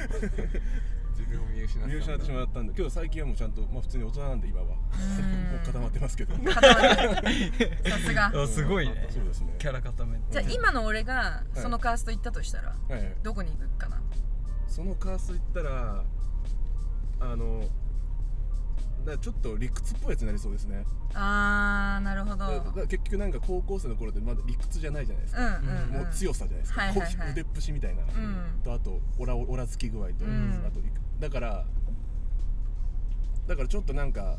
S3: 自分を見失った
S5: 見失ってしまったんでけど最近はもうちゃんと、まあ、普通に大人なんで今はもう固まってます けど
S2: うん固まるさすが
S4: あすごいね
S5: そうですね
S4: キャラ固めて
S2: じゃあ今の俺がそのカースト行ったとしたら、
S5: はいはい
S2: どこに行くかな
S5: そのカースト行ったらあのだからちょっと理屈っぽいやつになりそうですね
S2: あーなるほど
S5: だだから結局なんか高校生の頃ってまだ理屈じゃないじゃないです
S2: う
S5: か、
S2: んうん、うん、
S5: もう強さじゃないですか、
S2: はいはいはい
S5: こう腕っぷしみたいな、
S2: ん
S5: とあとオラオラつき具合と、
S2: うん
S5: あとだからだからちょっとなんか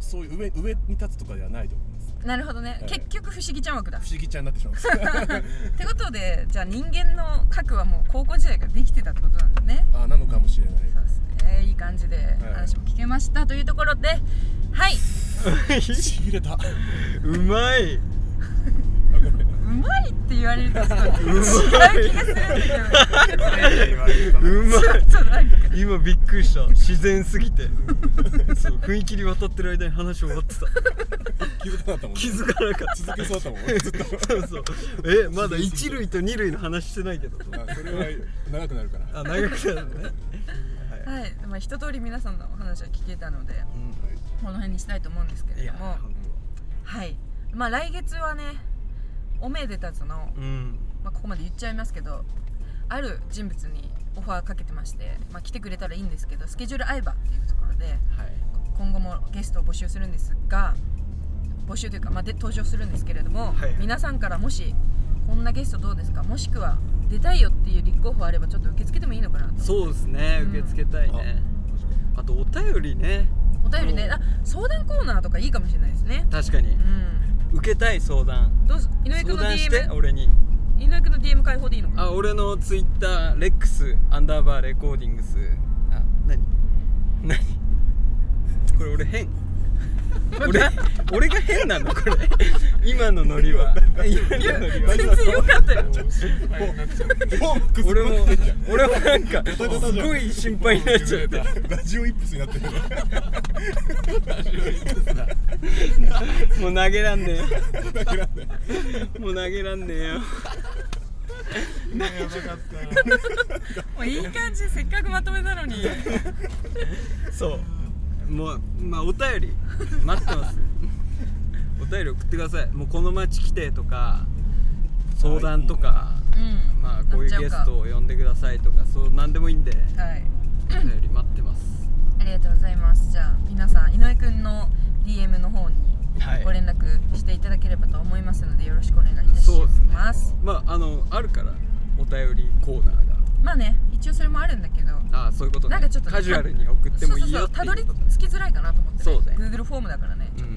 S5: そういう上上に立つとかではないと思います
S2: なるほどね、
S5: はい
S2: 結局不思議ちゃん枠だ
S5: 不思議ちゃんになってしまう んです
S2: ってことでじゃあ人間の核はもう高校時代からできてたってことなんだね
S5: ああなのかもしれ ない
S2: そうですねいい感じで話も聞けました、というところではい
S5: しび れた
S4: うまいう
S2: まいって言われるとちょっと違う気がするんだけど
S4: うまい
S2: ちょっとなんか
S4: 今びっくりした自然すぎてそう雰囲気に渡ってる間に話終わってた
S5: 気づかなかったもん、ね
S4: 気、づかなかっ
S5: 続けそうだったもんねずっと
S4: たそうそうえまだ一塁と二塁の話してないけど
S5: あそれは長くなるから
S4: あ長くなるね
S2: はい、まあ、一通り皆さんのお話は聞けたのでこの辺にしたいと思うんですけ
S4: い
S2: れ
S4: や
S2: どもはいまあ来月はねおめでたつの、
S4: うん
S2: まあ、ここまで言っちゃいますけどある人物にオファーかけてまして、まあ、来てくれたらいいんですけどスケジュール合えばっていうところで
S4: はい
S2: 今後もゲストを募集するんですが募集というか、まあ、で登場するんですけれども、
S4: はい
S2: 皆さんからもしこんなゲストどうですかもしくは出たいよっていう立候補あればちょっと受け付けてもいいのかなと
S4: そうですね
S2: うん
S4: 受け付けたいね、あとお便りね
S2: お便りねあ相談コーナーとかいいかもしれないですね
S4: 確かに
S2: うん
S4: 受けたい相談
S2: どうす井上君
S4: 相
S2: の
S4: 談して
S2: DM
S4: 俺に
S2: 井上君の DM 開放でいいのかな
S4: あ俺のツイッターレックスアンダーバーレコーディングスあ何何 これ俺 変俺俺が変なのこれ今のノリ は今のノリは
S2: 全然よかったよ
S4: 俺も俺 もなんかすごい心配になっちゃって
S5: ラジオイップスになってる
S4: もう投げらんねえもう投げらんねえよ
S2: もういい感じせっかくまとめたのに
S4: そうもうまあお便り待ってますお便り送ってくださいもうこの町来てとか相談とか
S2: うん
S4: まあこういうゲストを呼んでくださいとかそう何でもいいんで
S2: はい
S4: お便り待ってます
S2: ありがとうございますじゃあ皆さん井上君の DM の方に
S4: はい
S2: ご連絡していただければと思いますのでよろしくお願いいたし
S4: そうですね
S2: ます
S4: まああのあるからお便りコーナーが
S2: まあね一応それもあるんだけど
S4: ああそういうことね
S2: なんかちょっとね
S4: カジュアルに送ってもいい
S2: そうそうそ
S4: よ
S2: う
S4: って
S2: た
S4: いう
S2: どり
S4: こと
S2: 着きづらいかなと思って、
S4: そうね
S2: Google フォームだからねちょっと、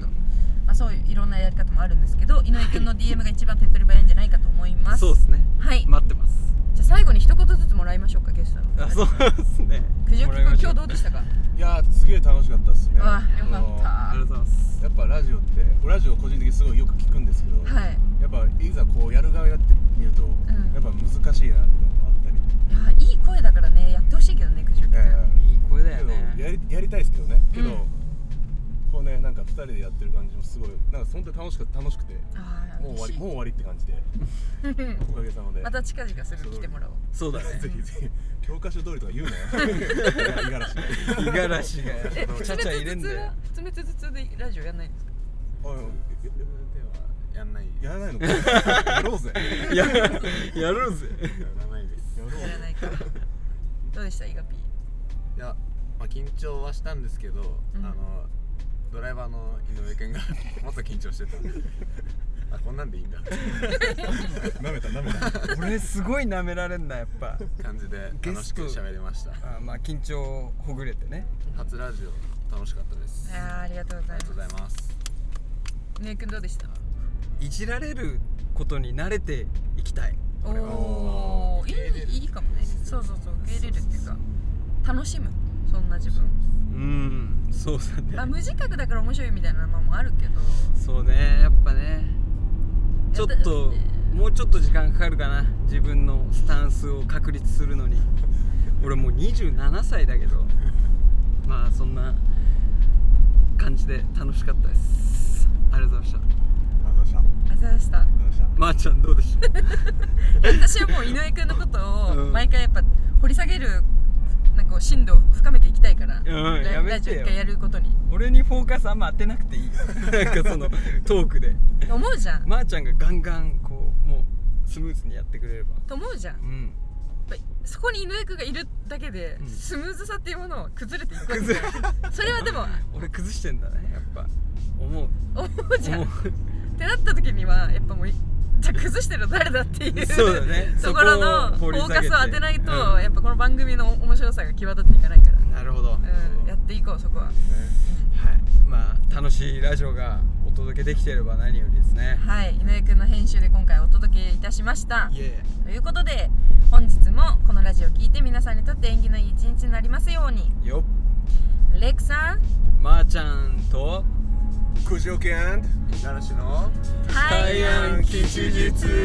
S4: うん
S2: まあ、そういういろんなやり方もあるんですけ ど井上君の DM が一番手っ取り早いんじゃないかと思います
S4: そうですね
S2: はい、
S4: 待ってます
S2: じゃあ最後に一言ずつもらいましょうかゲストの
S4: あそうですね
S2: 九条
S4: も
S2: 君
S4: らいましょ
S2: 今日どうでしたか
S5: いやーすげえ楽しかったですね
S2: あよ
S5: あの
S4: あり
S2: か
S4: がとうございます
S5: やっぱラジオって俺ラジオ個人的にすごいよく聞くんですけど、
S2: ったはい
S5: やっぱいざこうやる側になってみると、
S2: ん
S5: やっぱ難しいなっていうのもあったり、
S2: いやいい声だからねやってほしいけどね九条君、
S4: いい声だよ
S5: ええ
S4: ね
S5: やりやりたいですけどねけど、
S2: うん
S5: こうねなんか2人でやってる感じもすごいなんか本当に楽しかった楽しくて
S2: ああ
S5: もう終わ
S2: 嬉
S5: り
S2: し
S5: もう
S2: い
S5: 終わりって感じでおかげさまで
S2: また近々すぐ来てもらおう
S4: そうだ ね
S5: ぜひぜひ教科書通りとか言うなよいや五十嵐
S4: 五十嵐が
S2: え、普
S4: ち
S2: 通
S4: ゃちゃ入れんだよ
S2: 滅頭痛でラジオやんないんですか
S5: おいおい
S1: やんない
S5: やらないのかやろうぜ
S4: いややろうぜ
S1: やらないです
S5: やろう
S2: やらないかどうでしたイガピー
S1: いや、まあ、緊張はしたんですけど、
S2: うん
S1: あのドライバーの井上君が もっと緊張してたんであこんなんでいいんだって
S5: なめたなめた
S4: 俺すごいなめられんなやっぱ
S1: 感じで
S4: ゲ
S1: 楽
S4: ス
S1: し
S4: ト
S1: く喋れました
S4: あまあ緊張ほぐれてね
S1: 初ラジオ楽しかったです
S2: あーありがとうござ
S1: あ
S2: い
S1: り
S2: ま
S1: がとう
S2: す
S1: ございます
S2: ねえくんどうでした
S4: いじられることに慣れていきたい
S2: お
S4: 俺は
S2: おー
S1: 受け入れる
S2: いいいいかもねそうそうそう受け入れるっていうか楽しむそんな自分
S4: うんそう
S2: ま
S4: だ
S2: あ
S4: ね
S2: 無自覚だから面白いみたいなのもあるけど
S4: そうねやっぱねちょっと
S2: やだよね
S4: もうちょっと時間かかるかな自分のスタンスを確立するのに俺もう27歳だけどまあそんな感じで楽しかったですありがとうございました
S1: あどうしたど
S2: あざでした
S1: うした
S4: まー、ちゃんどうでした
S2: 私はもう井上くんのことを
S4: うん
S2: 毎回やっぱ掘り下げるなんかこう深度を深めていきたいから、
S4: うん
S2: ラ
S4: やめてよ
S2: ラジオ一回やることに
S4: 俺にフォーカスあんま当てなくていい なんかそのトークで
S2: 思うじゃん、
S4: まー、ちゃんがガンガンこうもうスムーズにやってくれれば
S2: と思うじゃんや
S4: うん
S2: っぱそこに井上くんがいるだけで、
S4: うん
S2: スムーズさっていうものを崩れていくわけ
S4: 崩れ
S2: それはでも
S4: 俺崩してんだねやっぱ思う
S2: 思うじゃん
S4: 思
S2: っ
S4: う
S2: てなった時にはやっぱもういじゃあ崩してるの誰だっていう
S4: そうだね
S2: ところの
S4: そこ
S2: フ
S4: を掘り
S2: ォ
S4: 下
S2: ー
S4: げ
S2: カ
S4: て
S2: スを当てないと、
S4: うん
S2: やっぱこの番組の面白さが際立っていかないから、
S4: なるほど、
S2: うん、やっていこうそこは、
S4: はい、まあ楽しいラジオがお届けできてれば何よりですね。
S2: はい井上くんの編集で今回お届けいたしました
S4: いえ、
S2: ということで本日もこのラジオを聞いて皆さんにとって縁起のいい一日になりますように
S4: よっ、
S2: レクさん
S4: まー、ちゃんと
S5: 九条家 and
S1: 五十嵐の
S2: 太
S4: 太陽吉日。